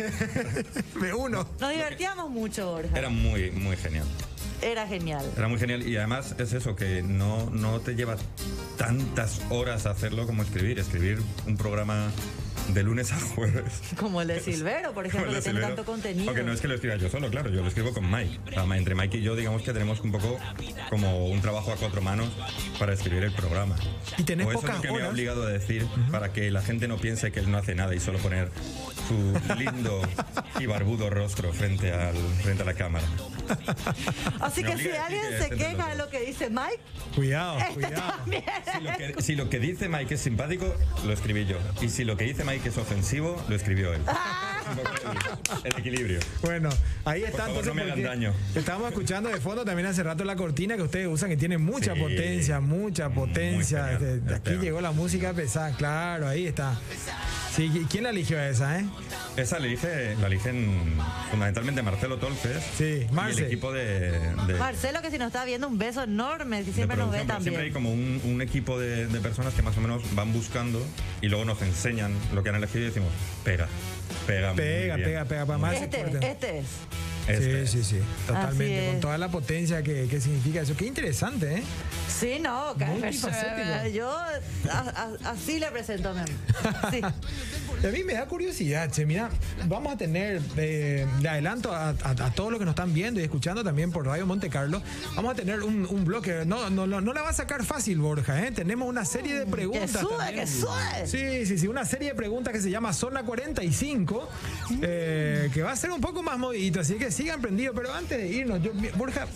Speaker 2: Me uno.
Speaker 1: Nos divertíamos mucho, Borja.
Speaker 4: Era muy, muy genial.
Speaker 1: Era genial.
Speaker 4: Era muy genial. Y además es eso, que no, no te lleva tantas horas hacerlo como escribir. Escribir un programa de lunes a jueves.
Speaker 1: Como el de Silvero, por ejemplo,
Speaker 4: Hola,
Speaker 1: que tiene
Speaker 4: Silvero.
Speaker 1: tanto contenido.
Speaker 4: Aunque no es que lo escriba yo solo, claro, yo lo escribo con Mike. O sea, ma- entre Mike y yo, digamos que tenemos un poco como un trabajo a cuatro manos para escribir el programa.
Speaker 2: Y tenés
Speaker 4: o eso es
Speaker 2: pocas
Speaker 4: lo que me
Speaker 2: horas.
Speaker 4: ha obligado a decir para que la gente no piense que él no hace nada y solo poner su lindo y barbudo rostro frente, al, frente a la cámara.
Speaker 1: Así
Speaker 4: Me
Speaker 1: que si
Speaker 4: obliga a
Speaker 1: alguien
Speaker 4: decir que
Speaker 1: se
Speaker 4: este es el
Speaker 1: queja de
Speaker 4: otro.
Speaker 1: lo que dice Mike,
Speaker 2: Cuidado,
Speaker 1: este
Speaker 2: cuidado.
Speaker 1: también.
Speaker 4: Si lo, que, si lo que dice Mike es simpático, lo escribí yo. Y si lo que dice Mike es ofensivo, lo escribió él.
Speaker 1: Ah.
Speaker 4: Un poco El, el equilibrio.
Speaker 2: Bueno, ahí está.
Speaker 4: favor,
Speaker 2: entonces,
Speaker 4: no me hagan
Speaker 2: porque
Speaker 4: daño.
Speaker 2: Estábamos escuchando de fondo también hace rato la cortina que ustedes usan, que tiene mucha
Speaker 4: Sí.
Speaker 2: potencia, mucha
Speaker 4: Muy
Speaker 2: potencia.
Speaker 4: genial,
Speaker 2: De- de
Speaker 4: el
Speaker 2: aquí
Speaker 4: tema.
Speaker 2: llegó la música pesada, claro, ahí está. Sí, ¿y ¿Quién la eligió a esa, eh?
Speaker 4: Esa la elige, la eligen fundamentalmente Marcelo Tolfes
Speaker 2: Sí,
Speaker 4: y
Speaker 2: Marce.
Speaker 4: el equipo de... de-
Speaker 1: Marcelo, que si nos está viendo, un beso enorme, que
Speaker 4: de
Speaker 1: siempre nos ve
Speaker 4: producción, pero siempre hay
Speaker 1: también.
Speaker 4: como un, un equipo de, de personas que más o menos van buscando y luego nos enseñan lo que han elegido y decimos, pega, pega. muy
Speaker 2: Pega,
Speaker 4: bien".
Speaker 2: pega, pega, para
Speaker 4: Ah,
Speaker 2: más.
Speaker 1: Este, este es.
Speaker 4: Este es.
Speaker 2: Sí, sí, sí, totalmente,
Speaker 1: Así
Speaker 2: con
Speaker 1: es.
Speaker 2: toda la potencia que, que significa eso. Qué interesante, ¿eh?
Speaker 1: Sí, no, que-
Speaker 2: Multifacético.
Speaker 1: yo a- a- así le presento a mi amigo. Sí.
Speaker 2: Y A mí me da curiosidad, che, mira, vamos a tener, eh, le adelanto a, a- a todos los que nos están viendo y escuchando también por Radio Monte Carlo, vamos a tener un, un bloque, no, no, no, no la va a sacar fácil Borja, ¿eh? tenemos una serie de
Speaker 1: Mm, Que
Speaker 2: preguntas.
Speaker 1: sube,
Speaker 2: también.
Speaker 1: que sube.
Speaker 2: Sí, sí, sí, una serie de preguntas que se llama Zona 45, eh, que va a ser un poco más movidito, así que sigan prendidos, pero antes de irnos, yo, mi- Borja,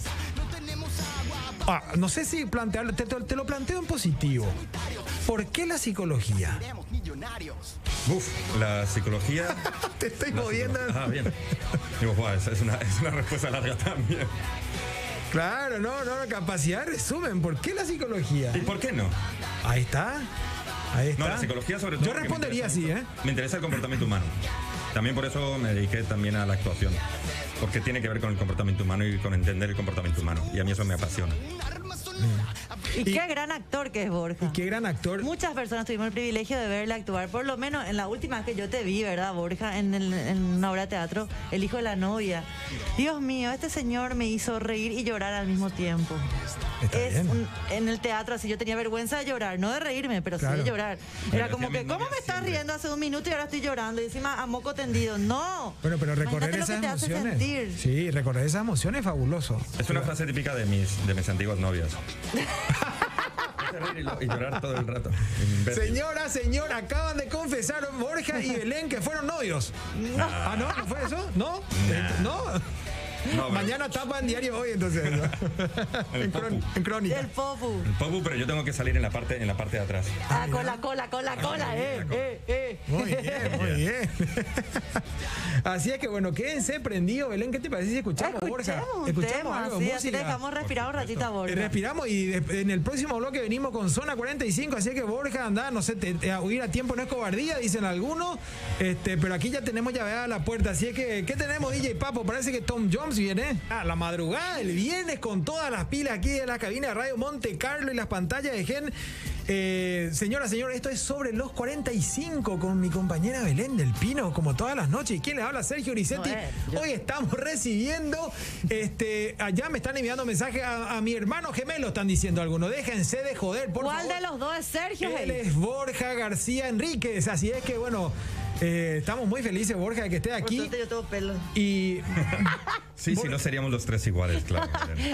Speaker 2: ah, no sé si plantearlo, te, te- te lo planteo en positivo. ¿Por qué la psicología?
Speaker 4: Uf, la psicología...
Speaker 2: Te estoy
Speaker 4: la psicología- Ah, bien. Digo, "Buah, esa es una, es una respuesta larga también.
Speaker 2: Claro, no, no, capacidad de resumen. ¿Por qué la psicología?
Speaker 4: ¿Y por qué no?
Speaker 2: Ahí está. Ahí está.
Speaker 4: No, la psicología sobre todo.
Speaker 2: Yo
Speaker 4: porque me
Speaker 2: respondería
Speaker 4: interesa
Speaker 2: así, ¿eh?
Speaker 4: mucho. Me interesa el comportamiento humano. También por eso me dediqué también a la actuación. Porque tiene que ver con el comportamiento humano y con entender el comportamiento humano. Y a mí eso me apasiona.
Speaker 1: Y,
Speaker 2: Y-
Speaker 1: qué gran actor que es Borja.
Speaker 2: ¿eh? Qué gran actor.
Speaker 1: Muchas personas tuvimos el privilegio de verle actuar, por lo menos en la última vez que yo te vi, ¿verdad, Borja? En, el- en una obra de teatro, El hijo de la novia. Dios mío, este señor me hizo reír y llorar al mismo tiempo.
Speaker 2: Está
Speaker 1: Es
Speaker 2: bien.
Speaker 1: un- en el teatro, así yo tenía vergüenza de llorar, no de reírme, pero sí
Speaker 2: Claro.
Speaker 1: de llorar.
Speaker 4: Pero
Speaker 1: Era como
Speaker 4: hacía
Speaker 1: que,
Speaker 4: mi
Speaker 1: ¿cómo
Speaker 4: novia
Speaker 1: me estás
Speaker 4: siempre.
Speaker 1: riendo hace un minuto y ahora estoy llorando? Y encima a moco tendido. No.
Speaker 2: Bueno, pero recorrer
Speaker 1: Imagínate lo que
Speaker 2: esas
Speaker 1: te hace sentir.
Speaker 2: emociones. Sí, recorrer esas emociones es fabuloso.
Speaker 4: Es una frase típica de mis, de mis antiguas novias. Hacer reír y lo- y llorar todo el rato. Imbécil.
Speaker 2: Señora, señor, acaban de confesar Borja y Belén que fueron novios. Ah, no, ¿no fue eso? ¿No? Eh,
Speaker 4: Nah.
Speaker 2: ¿No?
Speaker 4: No, pero-
Speaker 2: Mañana tapan diario hoy, entonces. ¿no?
Speaker 4: El
Speaker 2: en, cron-
Speaker 4: popu.
Speaker 2: en crónica.
Speaker 1: El popu.
Speaker 4: Popu, pero yo tengo que salir en la parte, en la parte de atrás.
Speaker 1: Ah, cola, cola, cola, cola, eh, eh, eh.
Speaker 2: Muy bien, muy bien. Así es que bueno, quédense prendidos, Belén. ¿Qué te parece si escuchamos, Borja?
Speaker 1: Escuchemos un tema,
Speaker 2: algo de
Speaker 1: sí, así
Speaker 2: música?
Speaker 1: te dejamos respirar un ratito, a
Speaker 2: Eh,
Speaker 1: Borja.
Speaker 2: Respiramos y de- en el próximo bloque venimos con zona 45, así que Borja, anda, no sé, te- te- a huir a tiempo no es cobardía, dicen algunos, este, pero aquí ya tenemos llaveada la puerta, así que ¿qué tenemos DJ Papo? Parece que Tom Jones viene. A Ah, la madrugada, el viernes con todas las pilas aquí de la cabina de Radio Monte Carlo y las pantallas de Gen. Eh, señora, señor, esto es sobre los 45 con mi compañera Belén del Pino, como todas las noches. ¿Y quién les habla? Sergio Uricetti.
Speaker 1: No, eh, yo-
Speaker 2: Hoy estamos recibiendo, este, allá me están enviando mensajes a, a mi hermano gemelo, están diciendo algunos. Déjense de joder, por
Speaker 1: ¿Cuál
Speaker 2: favor.
Speaker 1: de los dos es Sergio?
Speaker 2: Él
Speaker 1: Hey?
Speaker 2: es Borja García Enríquez, así es que bueno, eh, estamos muy felices, Borja, de que esté
Speaker 1: Por
Speaker 2: aquí.
Speaker 1: suerte yo tengo pelo.
Speaker 2: Y
Speaker 4: Sí, si no seríamos los tres iguales, claro.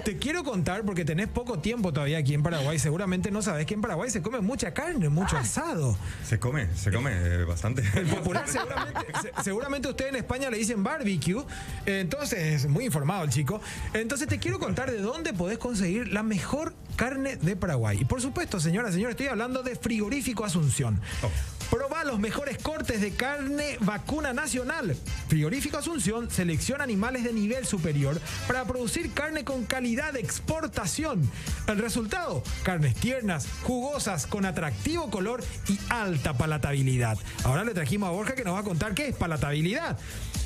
Speaker 2: te quiero contar, porque tenés poco tiempo todavía aquí en Paraguay, seguramente no sabés que en Paraguay se come mucha carne, mucho asado.
Speaker 4: Se come, se come eh, bastante.
Speaker 2: popular seguramente, se- seguramente usted en España le dicen barbecue. Entonces, es muy informado el chico. Entonces te quiero contar de dónde podés conseguir la mejor carne de Paraguay. Y por supuesto, señora, señor, estoy hablando de Frigorífico Asunción.
Speaker 4: Oh.
Speaker 2: Proba los mejores cortes de carne vacuna nacional. Frigorífico Asunción selecciona animales de nivel superior para producir carne con calidad de exportación. El resultado, carnes tiernas, jugosas, con atractivo color y alta palatabilidad. Ahora le trajimos a Borja que nos va a contar qué es palatabilidad.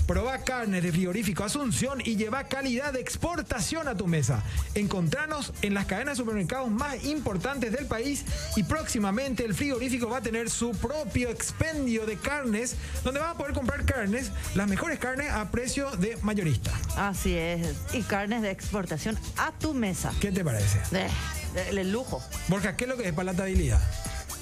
Speaker 2: Proba carnes de frigorífico Asunción y lleva calidad de exportación a tu mesa. Encontranos en las cadenas de supermercados más importantes del país y próximamente el frigorífico va a tener su propio expendio de carnes donde vas a poder comprar carnes, las mejores carnes a precio de mayorista.
Speaker 1: Así es. Y carnes de exportación a tu mesa.
Speaker 2: ¿Qué te parece?
Speaker 1: Eh, El, el lujo.
Speaker 2: Borja, ¿qué es lo que es palatabilidad?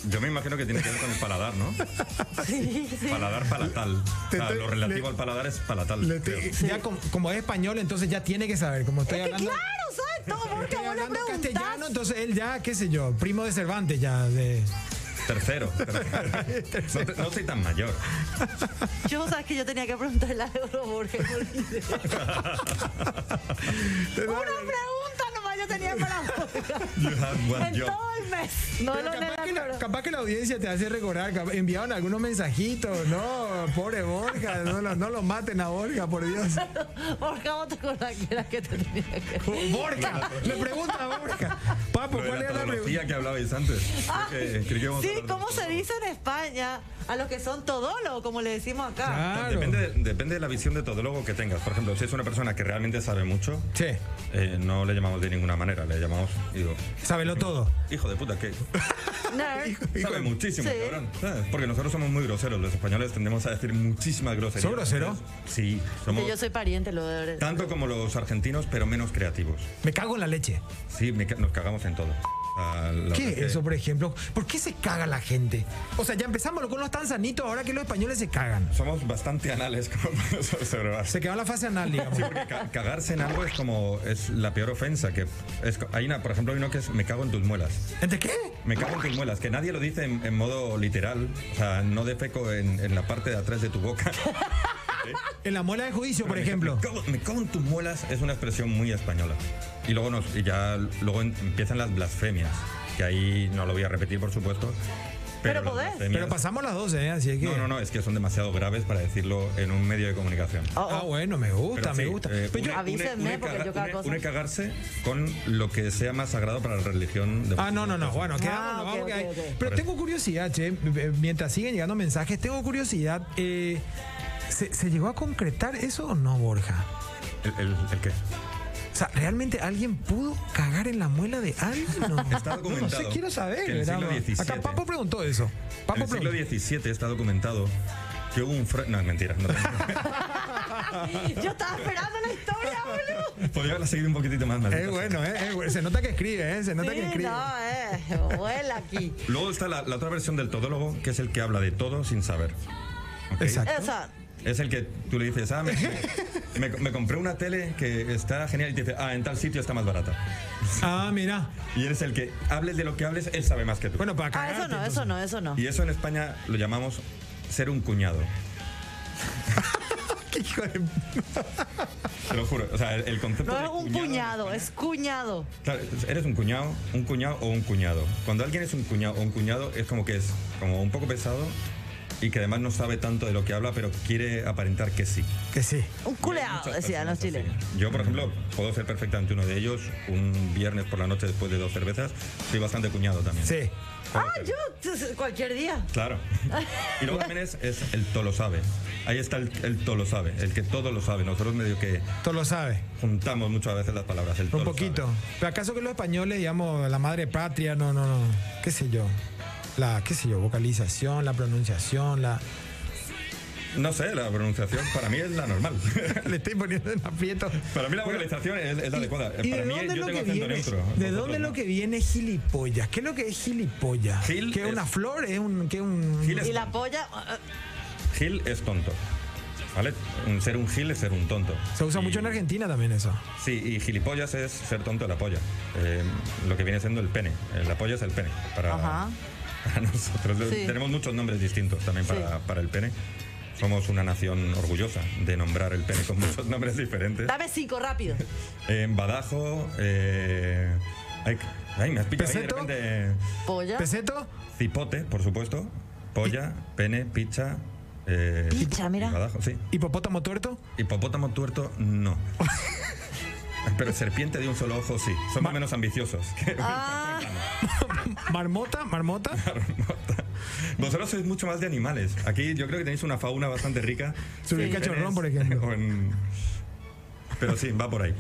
Speaker 4: Yo me imagino que tiene que ver con el paladar, ¿no?
Speaker 1: Sí, sí.
Speaker 4: Paladar palatal. O
Speaker 2: Te
Speaker 4: sea,
Speaker 2: estoy-
Speaker 4: lo relativo
Speaker 2: le-
Speaker 4: al paladar es palatal.
Speaker 2: Le
Speaker 4: creo.
Speaker 2: te- Eh, ya como, como es español, entonces ya tiene que saber. Como estoy
Speaker 1: Es que
Speaker 2: hablando,
Speaker 1: claro, ¿sabes? Todo, porque
Speaker 2: estoy
Speaker 1: vos le
Speaker 2: hablando
Speaker 1: preguntás.
Speaker 2: castellano, entonces él ya, qué sé yo, primo de Cervantes ya. De,
Speaker 4: Tercero. No, te- no soy tan mayor.
Speaker 1: Yo, sabes que yo tenía que preguntarle a Eduardo Borges. me olvidé. Una pregunta nomás yo tenía para vos.
Speaker 4: You have one
Speaker 1: En
Speaker 4: job.
Speaker 1: todo el mes. No
Speaker 2: Pero
Speaker 1: lo
Speaker 2: capaz, que
Speaker 1: leas,
Speaker 2: la, capaz que la audiencia te hace recordar, cap- enviaron algunos mensajitos, no, pobre Borja, no, lo- no lo maten a Borja, por Dios.
Speaker 1: pero- Borja, vos te acordás que era que te tenía que.
Speaker 2: Borja, le pregunta a Borja, papo,
Speaker 4: Lo de
Speaker 2: ¿cuál
Speaker 4: la
Speaker 2: era la pregunta?
Speaker 4: todología que hablabais antes. Creo que- creo que vamos
Speaker 1: Ah, Sí,
Speaker 4: a hablar de
Speaker 1: ¿cómo se
Speaker 4: todo.
Speaker 1: dice en España a los que son todólogos, como le decimos acá?
Speaker 2: Claro.
Speaker 4: ah, Depende, de- depende de la visión de todólogo que tengas. Por ejemplo, si es una persona que realmente sabe mucho,
Speaker 2: Sí,
Speaker 4: eh, no le llamamos de ninguna manera, le llamamos, digo,
Speaker 2: sábelo todo.
Speaker 4: hijo de puta, que
Speaker 1: Nerd.
Speaker 4: sabe muchísimo,
Speaker 1: Sí.
Speaker 4: cabrón. ¿sabes? Porque nosotros somos muy groseros, los españoles tendemos a decir muchísimas groserías.
Speaker 2: ¿Son groseros?
Speaker 4: Sí, somos
Speaker 1: Yo soy pariente, lo de
Speaker 4: tanto como los argentinos, pero menos creativos.
Speaker 2: Me cago en la leche.
Speaker 4: Sí, me ca- nos cagamos en todo. Ah, la
Speaker 2: ¿Qué
Speaker 4: verdad
Speaker 2: es
Speaker 4: que-
Speaker 2: eso, por ejemplo? ¿Por qué se caga la gente? O sea, ya empezamos con los tan sanitos, ahora que los españoles se cagan.
Speaker 4: Somos bastante anales, como puedes observar.
Speaker 2: Se quedó en la fase anal, digamos.
Speaker 4: Sí, porque ca- cagarse en algo es como es la peor ofensa que es, co- hay una, por ejemplo, hay uno que es me cago en tus muelas.
Speaker 2: ¿Entre qué?
Speaker 4: Me cago en tus muelas, que nadie lo dice en, en modo literal, o sea, no defeco en, en la parte de atrás de tu boca.
Speaker 2: En la muela de juicio, por ejemplo.
Speaker 4: Me cago, me cago en tus muelas es una expresión muy española. Y luego nos, y ya luego en- empiezan las blasfemias, que ahí no lo voy a repetir, por supuesto.
Speaker 1: Pero
Speaker 4: las
Speaker 1: podés.
Speaker 4: blasfemias-
Speaker 2: Pero pasamos las 12, ¿eh? Así que...
Speaker 4: No, no, no, es que son demasiado graves para decirlo en un medio de comunicación.
Speaker 2: Ah, bueno, me gusta,
Speaker 4: Pero
Speaker 2: me
Speaker 4: sí,
Speaker 2: gusta. Pues
Speaker 4: eh,
Speaker 2: Pero yo-
Speaker 1: una- Avísenme, porque yo cada
Speaker 4: une-
Speaker 1: cosa-
Speaker 4: une cagarse con lo que sea más sagrado para la religión. de-
Speaker 2: Ah, no, no, no. Bueno, quedamos,
Speaker 1: Ah,
Speaker 2: nos
Speaker 1: ok,
Speaker 2: vamos,
Speaker 1: ok,
Speaker 2: que hay-
Speaker 1: ok.
Speaker 2: Pero tengo curiosidad, che. eh, Mientras siguen llegando mensajes, tengo curiosidad. eh, ¿se, se llegó a concretar eso o no, Borja?
Speaker 4: ¿El, el, el qué?
Speaker 2: O sea, ¿realmente alguien pudo cagar en la muela de alguien? No, No,
Speaker 4: Está
Speaker 2: no sé,
Speaker 4: documentado
Speaker 2: quiero saber.
Speaker 4: que en el
Speaker 2: ¿verdad?
Speaker 4: siglo XVII.
Speaker 2: Acá Papo preguntó eso.
Speaker 4: En
Speaker 2: Papo
Speaker 4: el siglo
Speaker 2: preguntó.
Speaker 4: XVII está documentado que hubo un fra- No, es mentira. No,
Speaker 1: Yo estaba esperando la historia, boludo.
Speaker 4: podría haberla seguido un poquitito más. maldita
Speaker 2: Es
Speaker 4: sea.
Speaker 2: bueno, eh, es bueno. Se nota que escribe, eh. Se nota que
Speaker 1: Sí,
Speaker 2: escribe.
Speaker 1: no, eh. Vuela aquí.
Speaker 4: Luego está la, la otra versión del todólogo, que es el que habla de todo sin saber. ¿Ok?
Speaker 2: Exacto.
Speaker 1: Esa.
Speaker 4: Es el que tú le dices, ah, me, me- me compré una tele que está genial y te dice, ah, en tal sitio está más barata.
Speaker 2: Ah, mira.
Speaker 4: Y eres el que hables de lo que hables, él sabe más que tú.
Speaker 2: Bueno, para
Speaker 1: Ah,
Speaker 2: cagar.
Speaker 1: eso no, eso no, eso no.
Speaker 4: Y eso en España lo llamamos ser un cuñado.
Speaker 2: Hijo de...
Speaker 4: Te lo juro. O sea, el, el concepto.
Speaker 1: No
Speaker 4: de
Speaker 1: es un puñado, es cuñado.
Speaker 4: Claro, eres un cuñado, un cuñado o un cuñado. Cuando alguien es un cuñado o un cuñado, es como que es como un poco pesado y que además no sabe tanto de lo que habla, pero quiere aparentar que sí.
Speaker 2: Que sí.
Speaker 1: Un culeado,
Speaker 4: Muchas
Speaker 1: decían los
Speaker 4: personas así.
Speaker 1: chilenos.
Speaker 4: Yo, por ejemplo, puedo ser perfectamente uno de ellos. Un viernes por la noche después de dos cervezas, soy bastante cuñado también.
Speaker 2: Sí.
Speaker 1: Ah, yo, t- t- cualquier día.
Speaker 4: Claro. Y luego también es, es el todo lo sabe. Ahí está el, el todo lo sabe, el que todo lo sabe. Nosotros medio que
Speaker 2: Tú lo sabes.
Speaker 4: juntamos muchas veces las palabras. El todo
Speaker 2: Un
Speaker 4: lo
Speaker 2: poquito.
Speaker 4: sabe.
Speaker 2: Pero acaso que los españoles, digamos, la madre patria, no, no, no. ¿Qué sé yo? La, qué sé yo, vocalización, la pronunciación, la.
Speaker 4: No sé, la pronunciación para mí es la normal.
Speaker 2: Le estoy poniendo en aprieto.
Speaker 4: para mí la vocalización es, es la adecuada.
Speaker 2: ¿Y
Speaker 4: para
Speaker 2: de
Speaker 4: mí
Speaker 2: dónde es
Speaker 4: yo
Speaker 2: lo
Speaker 4: tengo
Speaker 2: que
Speaker 4: acento
Speaker 2: viene?
Speaker 4: neutro.
Speaker 2: ¿De
Speaker 4: Vosotros
Speaker 2: dónde es
Speaker 4: no.
Speaker 2: lo que viene gilipollas? ¿Qué es lo que es gilipollas?
Speaker 4: Gil
Speaker 2: ¿Qué es
Speaker 4: es-
Speaker 2: una flor? ¿Es un.? ¿Qué un.?
Speaker 4: Gil es,
Speaker 1: Y la polla. ah, ah,
Speaker 4: Gil es tonto. ¿Vale? Un- Ser un gil es ser un tonto.
Speaker 2: Se usa
Speaker 4: Y-
Speaker 2: mucho en Argentina también eso.
Speaker 4: Sí, y gilipollas es ser tonto de la polla. Eh, lo que viene siendo el pene. Eh, La polla es el pene. Para,
Speaker 1: Ajá.
Speaker 4: para nosotros
Speaker 1: Sí.
Speaker 4: tenemos muchos nombres distintos también para,
Speaker 1: Sí.
Speaker 4: para el pene. Somos una nación orgullosa de nombrar el pene con muchos nombres diferentes.
Speaker 1: Dame cinco, rápido.
Speaker 4: En Badajo. eh, ay, ay, me has pillado ahí de
Speaker 2: ¿Peseto?
Speaker 4: repente.
Speaker 1: Polla.
Speaker 4: Pues,
Speaker 2: ¿Peseto?
Speaker 4: Cipote, por supuesto. Polla, pene, picha. eh,
Speaker 1: Picha, mira.
Speaker 4: y Badajo, sí.
Speaker 2: ¿Hipopótamo tuerto?
Speaker 4: Hipopótamo tuerto, no. Pero serpiente de un solo ojo, sí. Somos menos ambiciosos.
Speaker 1: Ah,
Speaker 2: ¿Marmota? ¿Marmota?
Speaker 4: Vosotros sois mucho más de animales. Aquí yo creo que tenéis una fauna bastante rica.
Speaker 2: Subir
Speaker 1: Sí.
Speaker 2: cachorrón, por
Speaker 4: Penes,
Speaker 2: ejemplo.
Speaker 4: o en- Pero sí, va por ahí.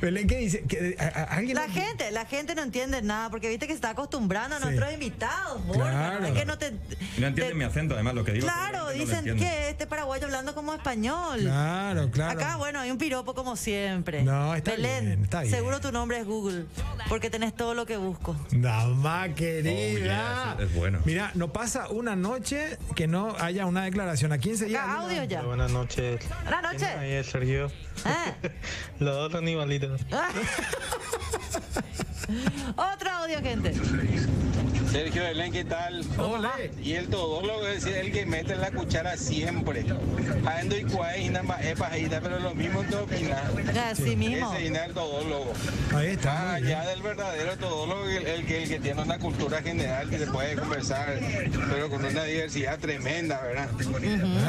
Speaker 2: Belén, ¿qué dice? ¿Qué- a- a- alguien-
Speaker 1: La gente, la gente no entiende nada porque viste que se está acostumbrando a
Speaker 2: Sí.
Speaker 1: nuestros invitados, Borja,
Speaker 2: Claro.
Speaker 1: ¿no? Es que no te.
Speaker 4: Y No entienden mi acento, además, lo que digo.
Speaker 1: Eh, Claro,
Speaker 4: seguramente no lo
Speaker 1: dicen
Speaker 4: entienden.
Speaker 1: que este paraguayo hablando como español.
Speaker 2: Claro, claro.
Speaker 1: Acá, bueno, hay un piropo como siempre.
Speaker 2: Ah, No, está
Speaker 1: Belén,
Speaker 2: bien, está bien.
Speaker 1: seguro tu nombre es Google, porque tenés todo lo que busco.
Speaker 2: Nada más, querida.
Speaker 4: Oh, yeah, es- es bueno.
Speaker 2: Mira, no pasa una noche que no haya una declaración. Aquí enseguida.
Speaker 1: Acá, audio ya.
Speaker 7: Buenas noches.
Speaker 1: Buenas noches.
Speaker 7: Ahí es Sergio.
Speaker 1: Ah.
Speaker 7: Los dos son igualitos.
Speaker 1: Ah. Otro audio, gente.
Speaker 8: Sergio Belén, ¿qué tal?
Speaker 2: ¡Ole!
Speaker 8: Y el todólogo es decir, el que mete la cuchara siempre. Ando y cuáis, nada más es pajita, pero lo mismo te opinas.
Speaker 1: Así mismo.
Speaker 8: Ese es el todólogo.
Speaker 2: Ahí está.
Speaker 8: Más
Speaker 2: muy bien.
Speaker 8: allá del verdadero todólogo, el, el que, el que tiene una cultura general que se puede conversar, pero con una diversidad tremenda, ¿verdad? Pero el
Speaker 2: Ah, muy bien,
Speaker 8: todólogo
Speaker 2: muy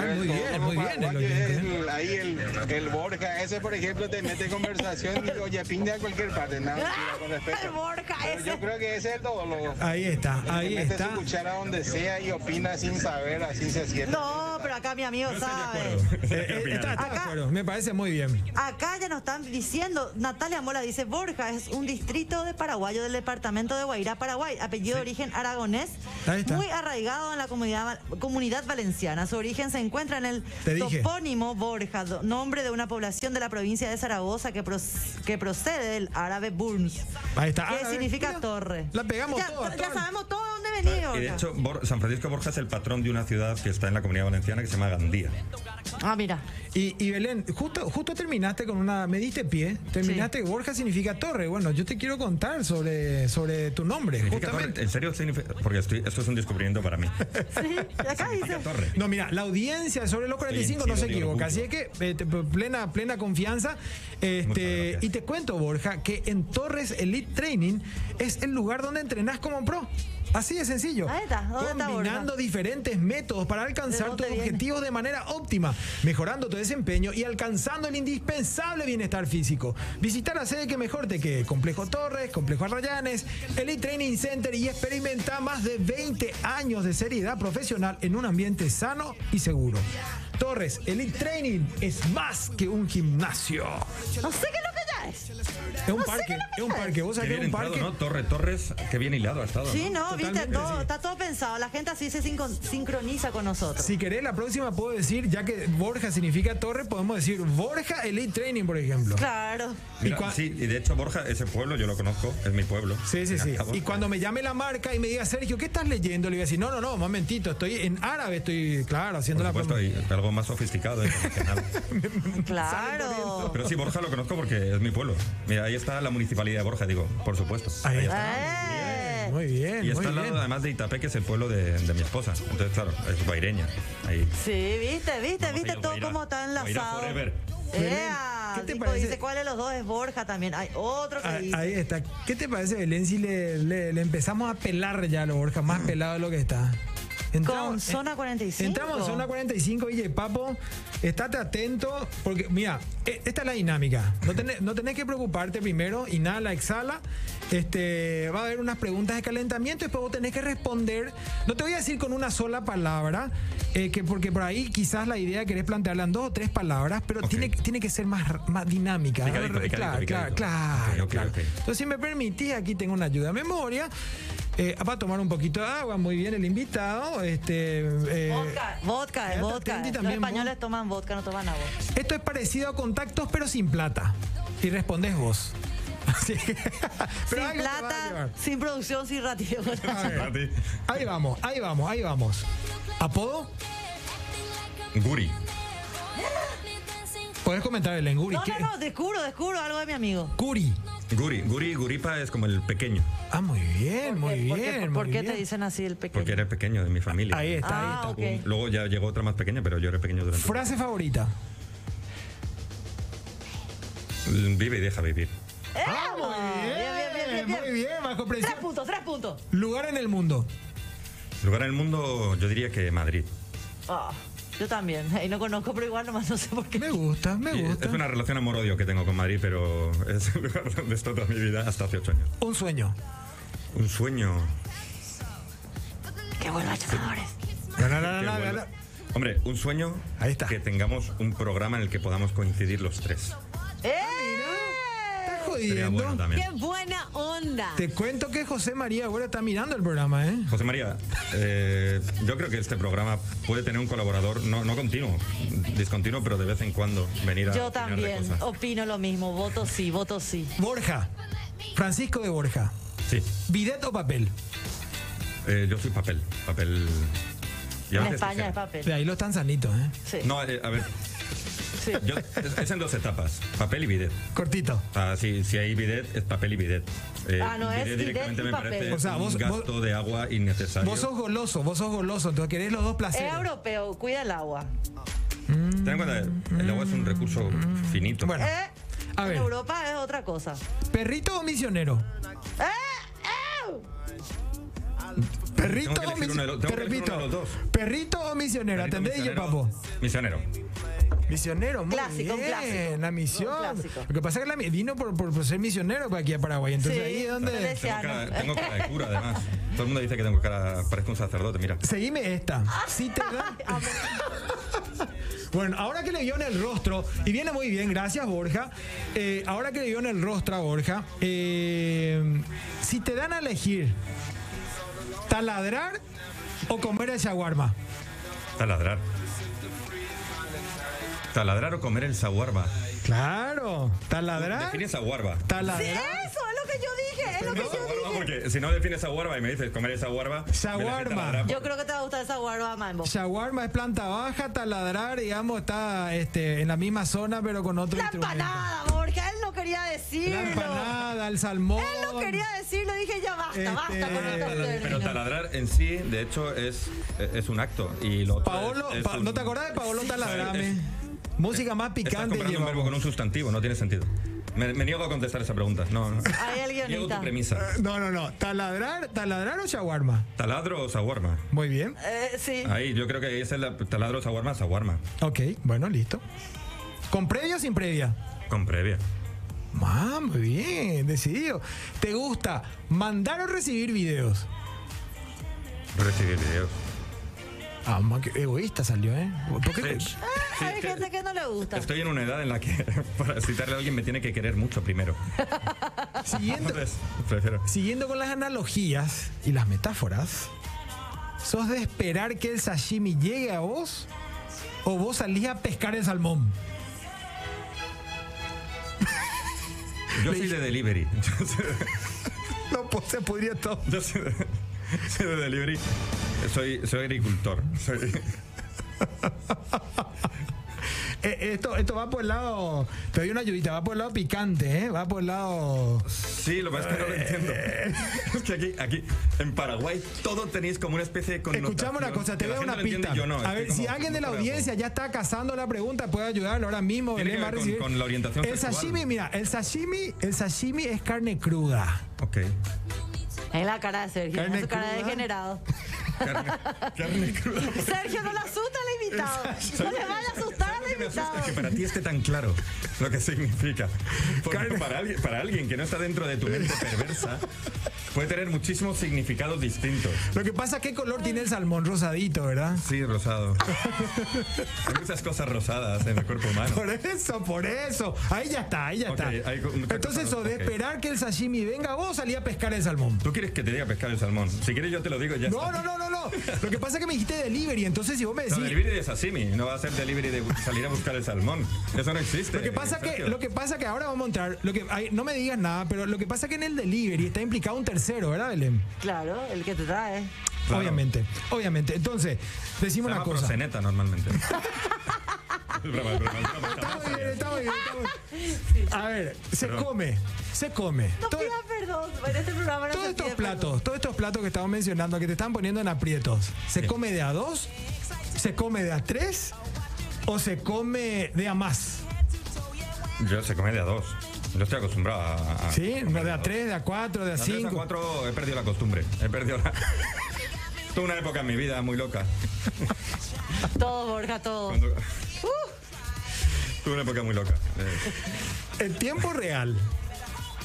Speaker 2: bien el
Speaker 8: paraguayo
Speaker 2: oyente, ¿eh?
Speaker 8: es el- ahí el, el Borja, ese por ejemplo te mete conversación y oye, pinta a cualquier parte, nada, mentira, con respeto.
Speaker 1: El Borja
Speaker 8: Pero
Speaker 1: ese.
Speaker 8: yo creo que ese es el todólogo.
Speaker 2: Ahí está, ahí
Speaker 8: mete
Speaker 2: está.
Speaker 8: su cuchara donde sea y opina sin saber, así se siente.
Speaker 1: No, pero acá mi amigo sabe.
Speaker 2: Eh, eh, está- está de
Speaker 1: Acá-
Speaker 2: acuerdo, Me parece muy bien.
Speaker 1: Acá ya nos están diciendo, Natalia Mola dice, Borja es un distrito de paraguayo del departamento de Guairá, Paraguay, apellido de origen aragonés,
Speaker 2: Ahí está.
Speaker 1: muy arraigado en la comunidad, comunidad valenciana. Su origen se encuentra en el
Speaker 2: Te dije.
Speaker 1: topónimo Borja, do- nombre de una población de la provincia de Zaragoza que, pros- que procede del árabe Burns,
Speaker 2: Ahí está.
Speaker 1: que
Speaker 2: Ah,
Speaker 1: significa
Speaker 2: mira,
Speaker 1: torre.
Speaker 2: La pegamos
Speaker 1: ya,
Speaker 2: todas,
Speaker 1: ya
Speaker 2: todas.
Speaker 1: sabemos todo dónde venimos.
Speaker 4: Ah, Y de hecho, Bor- San Francisco Borja es el patrón de una ciudad que está en la comunidad valenciana que se llama Gandía.
Speaker 1: ah, mira.
Speaker 2: Y, y Belén, justo, justo terminaste con una. Me diste pie. Terminaste. Borja significa torre. Bueno, yo te quiero contar sobre, sobre tu nombre.
Speaker 4: Significa torre.
Speaker 2: justamente.
Speaker 4: ¿En serio significa? Porque estoy- esto es un descubrimiento para mí.
Speaker 1: Sí, acá dice.
Speaker 4: Significa torre.
Speaker 2: No, mira, la audiencia sobre los 45 no se
Speaker 4: henchido de
Speaker 2: equivoca.
Speaker 4: orgullo.
Speaker 2: Así es que eh, te- plena, plena confianza. Este,
Speaker 4: gracias.
Speaker 2: y te cuento, Borja, que en Torres Elite Training es el lugar donde entrenás como pro. Así de sencillo.
Speaker 1: Ahí está, ¿dónde está,
Speaker 2: Combinando
Speaker 1: Borja?
Speaker 2: diferentes métodos para
Speaker 1: ¿De
Speaker 2: alcanzar
Speaker 1: dónde
Speaker 2: tus
Speaker 1: viene?
Speaker 2: objetivos de manera óptima, mejorando tu desempeño y alcanzando el indispensable bienestar físico. Visita la sede que mejor te quede. Complejo Torres, Complejo Arrayanes, Elite Training Center y experimenta más de 20 años de seriedad profesional en un ambiente sano y seguro. Torres, Elite Training es más que un gimnasio.
Speaker 1: No sé qué es lo que ya es.
Speaker 2: Es un
Speaker 1: No sé qué
Speaker 2: parque,
Speaker 1: es
Speaker 2: es
Speaker 1: lo
Speaker 2: un
Speaker 1: que es.
Speaker 2: parque. Vos
Speaker 4: Qué
Speaker 2: sabés que es
Speaker 4: bien
Speaker 2: un
Speaker 4: hilado,
Speaker 2: parque.
Speaker 4: ¿no? Torre Torres, qué bien hilado ha estado.
Speaker 1: Sí,
Speaker 4: ¿no?
Speaker 1: no, viste,
Speaker 2: Totalmente,
Speaker 1: todo,
Speaker 2: sí.
Speaker 1: está todo pensado. La gente así se sinco- sincroniza con nosotros.
Speaker 2: Si querés, la próxima puedo decir, ya que Borja significa torre, podemos decir Borja Elite Training, por ejemplo.
Speaker 1: Claro.
Speaker 4: Mira,
Speaker 2: Y cua-
Speaker 4: sí, y de hecho Borja, ese pueblo yo lo conozco, es mi pueblo.
Speaker 2: Sí, sí, sí.
Speaker 4: Acabo-
Speaker 2: Y cuando me llame la marca y me diga, Sergio, ¿qué estás leyendo? Le voy a decir, no, no, no, momentito, estoy en árabe, estoy, claro, haciendo
Speaker 4: Por
Speaker 2: la
Speaker 4: supuesto,
Speaker 2: promo-
Speaker 4: hay algo más sofisticado, ¿eh? internacional.
Speaker 1: Claro.
Speaker 4: Pero sí, Borja lo conozco porque es mi pueblo. Mira, ahí está la municipalidad de Borja, digo, por supuesto.
Speaker 2: Ahí
Speaker 1: Eh.
Speaker 2: Muy ah, bien,
Speaker 4: Y
Speaker 2: muy
Speaker 4: está al
Speaker 2: bien.
Speaker 4: lado además de Itapé, que es el pueblo de, de mi esposa. Entonces, claro, es guaireña. Ahí.
Speaker 1: Sí, viste, viste,
Speaker 4: Vamos
Speaker 1: viste
Speaker 4: allá,
Speaker 1: todo
Speaker 4: Guairá.
Speaker 1: cómo está
Speaker 4: Guairá
Speaker 1: enlazado.
Speaker 4: forever.
Speaker 1: Ea,
Speaker 2: ¿Qué te
Speaker 1: Nico
Speaker 2: parece?
Speaker 1: dice cuál de los dos es Borja también. Hay otro que
Speaker 2: Ahí
Speaker 1: dice.
Speaker 2: Ah, ahí está. ¿Qué te parece, Belén, si le, le- le empezamos a pelar ya a lo Borja?
Speaker 4: Mm.
Speaker 2: Más pelado de lo que está.
Speaker 1: Con zona 45.
Speaker 2: eh, Entramos en zona 45, Ville Papo. Estate atento, porque mira, e- esta es la dinámica. No tenés, no tenés que preocuparte primero, inhala, exhala. Este, va a haber unas preguntas de calentamiento, después vos tenés que responder. No te voy a decir con una sola palabra, eh, que porque por ahí quizás la idea querés plantearla en dos o tres palabras, pero
Speaker 4: Ok.
Speaker 2: tiene, tiene que ser más, más dinámica.
Speaker 4: Picadito,
Speaker 2: Claro,
Speaker 4: picadito,
Speaker 2: claro,
Speaker 4: picadito.
Speaker 2: claro,
Speaker 4: Ok, ok,
Speaker 2: claro.
Speaker 4: ok.
Speaker 2: Entonces, si me permitís, aquí tengo una ayuda a memoria. Eh, va a tomar un poquito de agua, muy bien el invitado. Este, eh,
Speaker 1: Vodka, vodka, es
Speaker 2: Ahí está
Speaker 1: vodka.
Speaker 2: Tendi
Speaker 1: Los
Speaker 2: también,
Speaker 1: españoles
Speaker 2: vos.
Speaker 1: toman vodka, no toman agua.
Speaker 2: Esto es parecido a contactos, pero sin plata. Y respondés vos. Así que- pero
Speaker 1: Sin
Speaker 2: algo te va a llevar. Ah,
Speaker 1: plata, sin producción, sin ratio.
Speaker 4: A ti.
Speaker 2: Ahí vamos, ahí vamos, ahí vamos. ¿Apodo?
Speaker 4: Guri.
Speaker 2: Podés comentar el enguri.
Speaker 1: No, no, no, descubro, descubro algo de mi amigo.
Speaker 2: Curi.
Speaker 4: Guri. Guri, Guripa es como el pequeño,
Speaker 2: Ah, muy bien, muy
Speaker 1: ¿Por
Speaker 2: bien.
Speaker 1: qué, por
Speaker 2: muy
Speaker 1: qué
Speaker 2: bien.
Speaker 1: te dicen así el pequeño?
Speaker 4: porque era el pequeño de mi familia.
Speaker 2: Ahí está,
Speaker 1: Ah,
Speaker 2: ahí está.
Speaker 1: ok.
Speaker 4: Luego ya llegó otra más pequeña, pero yo era pequeño durante.
Speaker 2: Frase favorita.
Speaker 4: Vive y deja vivir.
Speaker 2: Ah, muy
Speaker 1: bien,
Speaker 2: bien.
Speaker 1: bien, bien, bien,
Speaker 2: Muy bien, bajo
Speaker 1: Tres
Speaker 2: presión.
Speaker 1: puntos, tres puntos.
Speaker 2: Lugar en el mundo.
Speaker 4: Lugar en el mundo, yo diría que Madrid.
Speaker 1: Ah, yo también. Ahí no conozco, pero igual nomás no sé por qué.
Speaker 2: Me gusta, me
Speaker 4: Y
Speaker 2: gusta.
Speaker 4: Es una relación amor-odio que tengo con Madrid, pero es el lugar donde he estado toda mi vida hasta hace ocho años.
Speaker 2: Un sueño.
Speaker 4: Un sueño.
Speaker 1: Que vuelva a Chanadores.
Speaker 2: No, no, no,
Speaker 4: que
Speaker 2: no, no,
Speaker 4: vuelva-
Speaker 2: no.
Speaker 4: Hombre, un sueño
Speaker 2: Ahí está.
Speaker 4: que tengamos un programa en el que podamos coincidir los tres.
Speaker 1: ¡Eh!
Speaker 2: Está
Speaker 4: Sería bueno
Speaker 2: jodiendo.
Speaker 4: también.
Speaker 9: ¡Qué buena onda!
Speaker 2: Te cuento que José María ahora está mirando el programa, ¿eh?
Speaker 4: José María, eh, yo creo que este programa puede tener un colaborador, no, no continuo, discontinuo, pero de vez en cuando venir a.
Speaker 1: Yo
Speaker 4: opinar de
Speaker 1: también Oh.
Speaker 4: cosas.
Speaker 1: opino lo mismo. Voto sí, voto sí.
Speaker 2: Borja. Francisco de Borja.
Speaker 4: Sí,
Speaker 2: ¿Bidet o papel?
Speaker 4: eh, yo soy papel. Papel. y a
Speaker 1: En
Speaker 4: veces
Speaker 1: España
Speaker 4: tijera.
Speaker 1: es
Speaker 2: De
Speaker 1: papel.
Speaker 2: ahí los tanzanitos, ¿eh?
Speaker 1: Sí.
Speaker 4: No, eh, a ver,
Speaker 1: sí.
Speaker 4: yo- es, es en dos etapas: papel y bidet.
Speaker 2: Cortito.
Speaker 4: O sea, si, si hay bidet, es papel y bidet. Eh,
Speaker 1: Ah, no, es bidet
Speaker 4: directamente
Speaker 1: y
Speaker 4: me
Speaker 1: papel.
Speaker 4: parece
Speaker 2: O sea,
Speaker 4: un
Speaker 2: vos- vos-
Speaker 4: gasto de agua innecesario.
Speaker 2: Vos sos goloso, vos sos goloso, entonces querés los dos placeres.
Speaker 1: Es europeo, cuida el agua.
Speaker 4: Ten en cuenta, el agua es un recurso finito.
Speaker 2: Bueno.
Speaker 1: Eh,
Speaker 2: A
Speaker 1: en
Speaker 2: ver.
Speaker 1: Europa es otra cosa.
Speaker 2: ¿Perrito o misionero?
Speaker 1: ¡Eh! ¡Eh!
Speaker 2: ¿Perrito
Speaker 4: Tengo que
Speaker 2: o
Speaker 4: elegir uno de
Speaker 2: misionero?
Speaker 4: los-
Speaker 2: Te
Speaker 4: tengo que elegir
Speaker 2: repito.
Speaker 4: uno de los dos.
Speaker 2: ¿Perrito o misionero?
Speaker 4: Perrito
Speaker 2: ¿Atendés, yo,
Speaker 4: misionero-
Speaker 2: papo?
Speaker 4: Misionero.
Speaker 2: Misionero, muy
Speaker 1: Clásico, un
Speaker 2: bien.
Speaker 1: clásico.
Speaker 2: La
Speaker 1: Un
Speaker 2: misión.
Speaker 1: clásico.
Speaker 2: Lo que pasa es que la mi- vino por, por- por ser misionero para aquí a Paraguay. Entonces
Speaker 1: Sí.
Speaker 2: ahí es
Speaker 1: Entonces,
Speaker 2: donde.
Speaker 4: Tengo cara,
Speaker 1: Luciano.
Speaker 4: tengo cara de cura, además. Todo el mundo dice que tengo cara, parezco un sacerdote, mira.
Speaker 2: Seguime esta.
Speaker 1: Ah.
Speaker 2: Sí te da. Bueno, ahora que le vio en el rostro, y viene muy bien, gracias Borja. Eh, ahora que le vio en el rostro a Borja, eh, si te dan a elegir taladrar o comer el shawarma.
Speaker 4: Taladrar. Taladrar o comer el saguarba.
Speaker 2: Claro, taladrar.
Speaker 4: Define saguarba.
Speaker 1: Sí,
Speaker 2: Taladrar.
Speaker 1: eso es lo que yo dije, es lo que yo
Speaker 4: Saguarba,
Speaker 1: dije.
Speaker 4: Porque si no defines saguarba y me dices comer el saguarba. me la gente
Speaker 2: Saguarba.
Speaker 4: taladra
Speaker 1: Yo creo que te va a gustar esa guarba, Mambo.
Speaker 2: Shawarma es planta baja, taladrar, digamos, está este, en la misma zona, pero con otro
Speaker 1: La
Speaker 2: instrumento.
Speaker 1: empanada, Borja, él no quería
Speaker 2: La
Speaker 1: decirlo.
Speaker 2: empanada, el salmón.
Speaker 1: Él no quería decirlo, dije ya basta, basta con
Speaker 2: Este,
Speaker 1: estos
Speaker 4: Taladrar. Pero
Speaker 1: términos.
Speaker 4: taladrar en sí, de hecho, es, es un acto. Y lo otro
Speaker 2: Paolo,
Speaker 4: es- es
Speaker 2: Pa-
Speaker 4: un-
Speaker 2: ¿no te acordás de Paolo Taladrame?
Speaker 4: Es-
Speaker 2: Música Pues más
Speaker 4: Estás
Speaker 2: picante
Speaker 4: comparando un verbo
Speaker 2: llevamos.
Speaker 4: con un sustantivo, no tiene sentido. Me, me niego a contestar esa pregunta. No, no.
Speaker 2: Ah,
Speaker 1: Ahí el
Speaker 4: Niego tu
Speaker 1: guionista.
Speaker 4: premisa.
Speaker 2: No, no, no. ¿Taladrar, taladrar o shawarma?
Speaker 4: ¿Taladro o saguarma?
Speaker 2: Muy bien.
Speaker 1: Eh, sí.
Speaker 4: Ahí, yo creo que esa es la taladro, saguarma, saguarma.
Speaker 2: Ok, bueno, listo. ¿Con previa o sin previa?
Speaker 4: Con previa.
Speaker 2: Ah, muy bien, decidido. ¿Te gusta mandar o recibir videos?
Speaker 4: Recibir videos.
Speaker 2: Ah, ma, qué egoísta salió, ¿eh? ¿Por qué?
Speaker 4: Sí,
Speaker 1: Hay
Speaker 4: que-
Speaker 1: gente que no le gusta.
Speaker 4: Estoy en una edad en la que para citarle a alguien me tiene que querer mucho primero.
Speaker 2: Siguiendo,
Speaker 4: Entonces, prefiero.
Speaker 2: siguiendo con las analogías y las metáforas, ¿sos de esperar que el sashimi llegue a vos o vos salís a pescar el salmón?
Speaker 4: Yo soy de delivery. Yo soy de-
Speaker 2: No, pues se podría todo.
Speaker 4: Yo soy de, soy de delivery. Soy, soy agricultor. Soy-
Speaker 2: Eh, esto, esto va por el lado. Te doy una ayudita, va por el lado picante, ¿eh? Va por el lado.
Speaker 4: sí, lo que pasa es
Speaker 2: Eh.
Speaker 4: que no lo entiendo. Es que aquí, aquí, en Paraguay, todo tenéis como una especie de connotación
Speaker 2: Escuchamos una cosa, te
Speaker 4: que la
Speaker 2: veo
Speaker 4: gente
Speaker 2: una
Speaker 4: no entiende
Speaker 2: pista.
Speaker 4: y yo no.
Speaker 2: a
Speaker 4: Estoy
Speaker 2: ver, si
Speaker 4: como-
Speaker 2: alguien de la
Speaker 4: como fuera
Speaker 2: audiencia ya está cazando la pregunta, puede ayudarlo ahora mismo.
Speaker 4: Tiene que
Speaker 2: Belén
Speaker 4: ver
Speaker 2: va a
Speaker 4: con-
Speaker 2: recibir-
Speaker 4: con la orientación
Speaker 2: El
Speaker 4: sexual.
Speaker 2: sashimi, mira, el sashimi, el sashimi es carne cruda.
Speaker 4: de juego. Ok.
Speaker 1: Es la cara de Sergio,
Speaker 2: Carne
Speaker 1: es su cara de
Speaker 2: cruda.
Speaker 1: degenerado.
Speaker 4: Carne, carne cruda.
Speaker 1: Sergio, no le asusta al invitado. No le vaya a asustar
Speaker 4: ¿Sabes
Speaker 1: al
Speaker 4: lo que me asusta?
Speaker 1: invitado.
Speaker 4: Que para ti esté tan claro lo que significa. Porque para, alguien, para alguien que no está dentro de tu mente perversa, puede tener muchísimos significados distintos.
Speaker 2: Lo que pasa, ¿qué color tiene el salmón? Rosadito, ¿verdad?
Speaker 4: Sí, rosado. Hay muchas cosas rosadas en el cuerpo humano.
Speaker 2: Por eso, por eso. Ahí ya está, ahí ya
Speaker 4: Ok,
Speaker 2: está.
Speaker 4: hay co- muchas
Speaker 2: Entonces, eso,
Speaker 4: cosas,
Speaker 2: de
Speaker 4: ok.
Speaker 2: esperar que el sashimi venga, vos salí a pescar el salmón.
Speaker 4: ¿Tú quieres que te diga pescar el salmón? Si quieres yo te lo digo y ya.
Speaker 2: No,
Speaker 4: está.
Speaker 2: no, no, no, no. Lo que pasa es que me dijiste delivery, entonces si vos me
Speaker 4: No,
Speaker 2: decís.
Speaker 4: delivery de sashimi, no va a ser delivery de salir a buscar el salmón. Eso no existe.
Speaker 2: Lo que pasa que
Speaker 4: Sergio.
Speaker 2: lo que pasa que ahora vamos a entrar, lo que ay, no me digas nada, pero lo que pasa que en el delivery está implicado un tercero, ¿verdad, Belén?
Speaker 1: Claro, el que te trae.
Speaker 4: Claro.
Speaker 2: Obviamente, obviamente. Entonces,
Speaker 4: Se
Speaker 2: decimos
Speaker 4: llama
Speaker 2: una cosa.
Speaker 4: proxeneta normalmente. Es broma, es broma, es broma,
Speaker 2: Está
Speaker 4: jamás
Speaker 2: muy bien,
Speaker 4: sería.
Speaker 2: está muy bien, está muy bien. A ver, se
Speaker 4: Perdón.
Speaker 2: come, se come.
Speaker 1: No
Speaker 2: Todo-
Speaker 1: pidas perdón, en este programa no
Speaker 2: todos
Speaker 1: se
Speaker 2: estos
Speaker 1: pide perdón.
Speaker 2: platos, todos estos platos que estamos mencionando que te están poniendo en aprietos, ¿se
Speaker 4: Bien.
Speaker 2: come de a dos? ¿Se come de a tres? ¿O se come de a más?
Speaker 4: Yo se come de a dos. Yo estoy acostumbrado a. a-
Speaker 2: ¿Sí?
Speaker 4: a comer
Speaker 2: ¿De a
Speaker 4: dos.
Speaker 2: tres, de a cuatro, de a
Speaker 4: De a tres a
Speaker 2: cinco?
Speaker 4: cuatro he perdido la costumbre. He perdido la. Tuve una época en mi vida muy loca.
Speaker 1: Todo, Borja, todo.
Speaker 4: Cuando-
Speaker 2: Uh.
Speaker 4: Tuve una época muy loca. Eh,
Speaker 2: En tiempo real.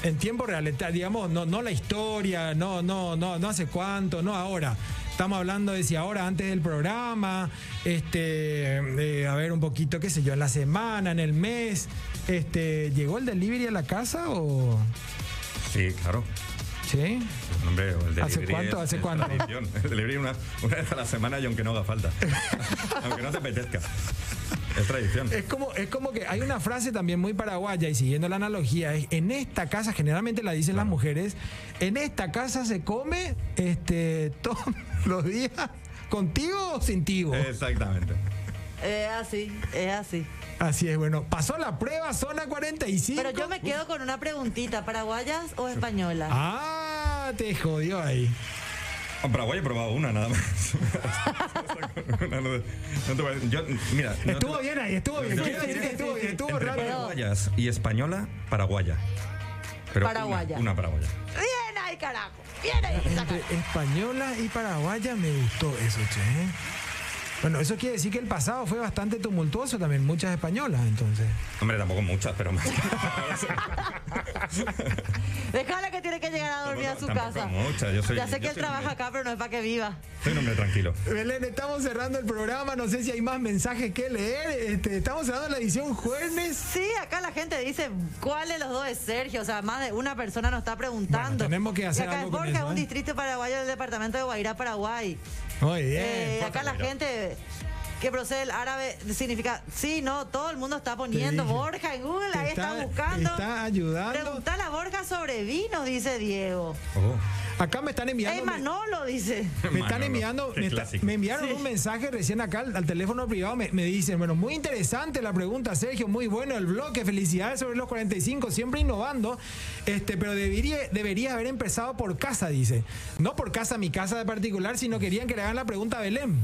Speaker 2: En tiempo real, está- digamos, no, no la historia, no, no, no, no hace cuánto, no ahora. Estamos hablando de si ahora, antes del programa, este, eh, a ver un poquito, qué sé yo, en la semana, en el mes. Este, ¿Llegó el delivery a la casa o...?
Speaker 4: Sí, claro.
Speaker 2: ¿Sí?
Speaker 4: Hombre, el delivery
Speaker 2: ¿Hace cuánto?
Speaker 4: es-
Speaker 2: ¿Hace
Speaker 4: es
Speaker 2: cuánto?
Speaker 4: tradición. El delivery una, una vez a la semana y aunque no haga falta. aunque no te apetezca. Es tradición.
Speaker 2: Es como, es como que hay una frase también muy paraguaya y siguiendo la analogía, es, en esta casa, generalmente la dicen las mujeres, en esta casa se come este, todos los días, contigo o sin tigo.
Speaker 4: Eh. Exactamente.
Speaker 1: Es así, es así.
Speaker 2: Así es, bueno, pasó la prueba, zona 45.
Speaker 1: Pero yo me quedo con una preguntita, ¿paraguayas o españolas?
Speaker 2: Ah, te jodió ahí.
Speaker 4: En Paraguay he probado una nada más. Una, no te- no te voy a- yo, mira, no te-
Speaker 2: Estuvo bien ahí, estuvo bien.
Speaker 4: Sí,
Speaker 2: Quiero
Speaker 4: sí,
Speaker 2: decir
Speaker 4: sí,
Speaker 2: que estuvo
Speaker 4: sí,
Speaker 2: bien,
Speaker 4: sí.
Speaker 2: estuvo
Speaker 4: Entre
Speaker 2: rápido.
Speaker 4: paraguayas y española, paraguaya. Pero una-
Speaker 1: Paraguaya.
Speaker 4: Una, paraguaya.
Speaker 1: Bien ahí, carajo. Bien ahí. saca.
Speaker 2: Entre española y paraguaya me gustó eso, che. Bueno, eso quiere decir que el pasado fue bastante tumultuoso también, muchas españolas, entonces.
Speaker 4: Hombre, tampoco muchas, pero más.
Speaker 1: Déjala que tiene que llegar a dormir a su
Speaker 4: Tampoco
Speaker 1: casa.
Speaker 4: muchas, yo soy-
Speaker 1: ya sé
Speaker 4: yo
Speaker 1: que él
Speaker 4: soy
Speaker 1: trabaja
Speaker 4: un-
Speaker 1: acá, pero no es para que viva.
Speaker 4: Soy un hombre tranquilo.
Speaker 2: Belén, estamos cerrando el programa, no sé si hay más mensajes que leer. Este, estamos cerrando la edición jueves.
Speaker 1: Sí, acá la gente dice cuál de los dos es Sergio. O sea, más de una persona nos está preguntando.
Speaker 2: Bueno, tenemos que
Speaker 1: Y
Speaker 2: hacer
Speaker 1: acá
Speaker 2: algo
Speaker 1: es
Speaker 2: con
Speaker 1: Borja,
Speaker 2: eso,
Speaker 1: un
Speaker 2: ¿eh?
Speaker 1: distrito paraguayo del departamento de Guairá, Paraguay.
Speaker 2: Muy bien.
Speaker 1: Eh, acá la gente que procede del árabe significa, sí, no, todo el mundo está poniendo
Speaker 2: dije.
Speaker 1: Borja en Google,
Speaker 2: Te
Speaker 1: ahí está,
Speaker 2: está-
Speaker 1: buscando.
Speaker 2: está ayudando.
Speaker 1: Preguntale a Borja sobre vinos, dice Diego.
Speaker 4: Oh.
Speaker 2: Acá me están enviando.
Speaker 1: Ey, Manolo, dice.
Speaker 2: Me están
Speaker 4: Manolo,
Speaker 2: enviando,
Speaker 4: qué
Speaker 2: me, está-
Speaker 4: clásico.
Speaker 2: me enviaron un mensaje recién acá al, al teléfono privado, me, me dicen, bueno, muy interesante la pregunta, Sergio, muy bueno el bloque, felicidades sobre los 45, siempre innovando, este, pero debería, debería haber empezado por casa, dice. No por casa, mi casa de particular, sino querían que le hagan la pregunta a Belén.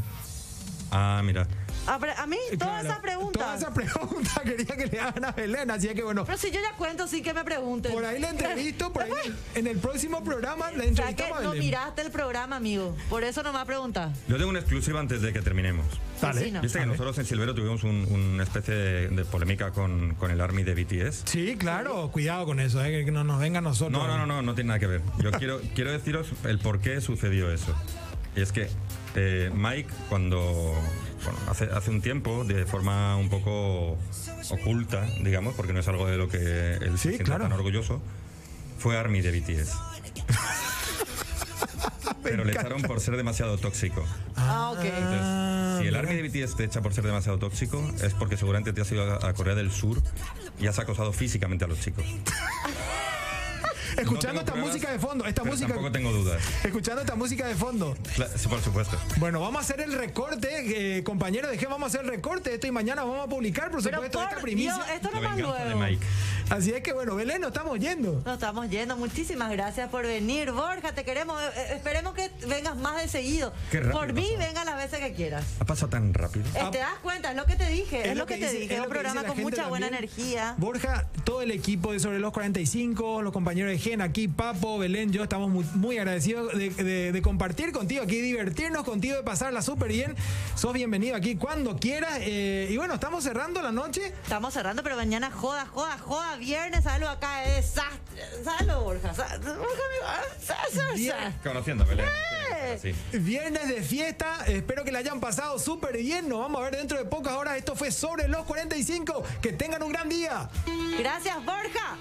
Speaker 4: Ah, mira.
Speaker 1: A, pre- a mí, todas
Speaker 2: Eh, Claro,
Speaker 1: esas preguntas.
Speaker 2: Toda esa pregunta quería que le hagan a Belén, así es que bueno,
Speaker 1: Pero si yo ya cuento sin que me pregunten.
Speaker 2: por ahí la entrevisto, por ahí en el- en el próximo programa la
Speaker 1: ¿Sabes que
Speaker 2: entrevistamos a
Speaker 1: no
Speaker 2: Belén.
Speaker 1: miraste el programa, amigo? Por eso no me ha preguntado.
Speaker 4: Yo tengo una exclusiva antes de que terminemos.
Speaker 2: Dale.
Speaker 1: Sí, no.
Speaker 4: Viste que nosotros en Silvero tuvimos un- una especie de, de polémica con, con el Army de BTS.
Speaker 2: Sí, claro, cuidado con eso, eh, que no nos venga a nosotros.
Speaker 4: No, no, no, no, no tiene nada que ver. Yo quiero, quiero deciros el por qué sucedió eso. Y es que eh, Mike, cuando. bueno, hace, hace un tiempo, de forma un poco oculta, digamos, porque no es algo de lo que él
Speaker 2: Sí,
Speaker 4: se siente
Speaker 2: claro.
Speaker 4: tan orgulloso, fue Army de BTS. Pero le echaron por ser demasiado tóxico.
Speaker 1: Ah, ok.
Speaker 4: Entonces, si el Army de BTS te echa por ser demasiado tóxico, es porque seguramente te has ido a, a Corea del Sur y has acosado físicamente a los chicos.
Speaker 2: Escuchando
Speaker 4: No tengo
Speaker 2: esta
Speaker 4: pruebas,
Speaker 2: música de fondo, esta
Speaker 4: pero
Speaker 2: música.
Speaker 4: Tampoco tengo dudas.
Speaker 2: Escuchando esta música de fondo.
Speaker 4: Cla- sí, por supuesto.
Speaker 2: Bueno, vamos a hacer el recorte, eh, compañero. Dejé, vamos a hacer el recorte de esto y mañana vamos a publicar, por
Speaker 1: Pero
Speaker 2: supuesto, esta
Speaker 1: por
Speaker 2: primicia.
Speaker 1: Dios, esto no
Speaker 4: La
Speaker 1: más
Speaker 4: venganza de
Speaker 1: nuevo.
Speaker 4: Mike.
Speaker 2: Así es que, bueno, Belén, nos estamos yendo.
Speaker 1: Nos estamos yendo. Muchísimas gracias por venir, Borja. Te queremos. Eh, eh, esperemos que vengas más de seguido.
Speaker 4: Qué rápido
Speaker 1: por mí,
Speaker 4: pasó.
Speaker 1: venga las veces que quieras.
Speaker 4: Ha pasado tan rápido.
Speaker 1: Eh,
Speaker 2: Ah.
Speaker 1: te das cuenta, es lo que te dije. Es, lo que, te
Speaker 2: dice-
Speaker 1: dije.
Speaker 2: es
Speaker 1: Es
Speaker 2: lo
Speaker 1: un
Speaker 2: que dice
Speaker 1: programa
Speaker 2: la
Speaker 1: con
Speaker 2: gente
Speaker 1: mucha buena
Speaker 2: también.
Speaker 1: energía.
Speaker 2: Borja, todo el equipo de Sobre los 45, los compañeros de Gen aquí, Papo, Belén, yo estamos muy, muy agradecidos de, de- de compartir contigo aquí, divertirnos contigo, de pasarla súper bien. Sos bienvenido aquí cuando quieras. eh, y bueno, estamos cerrando la noche.
Speaker 1: Estamos cerrando, pero mañana joda, joda, joda. Viernes, algo acá es desastre. Salud, Borja. Sa- Borja, amigo. Ah, sa- sa- sa.
Speaker 4: Conociéndome. Belén.
Speaker 1: Eh.
Speaker 4: Sí.
Speaker 2: Viernes de fiesta, espero que la hayan pasado súper bien. Nos vamos a ver dentro de pocas horas. Esto fue sobre los 45. Que tengan un gran día.
Speaker 1: Gracias, Borja.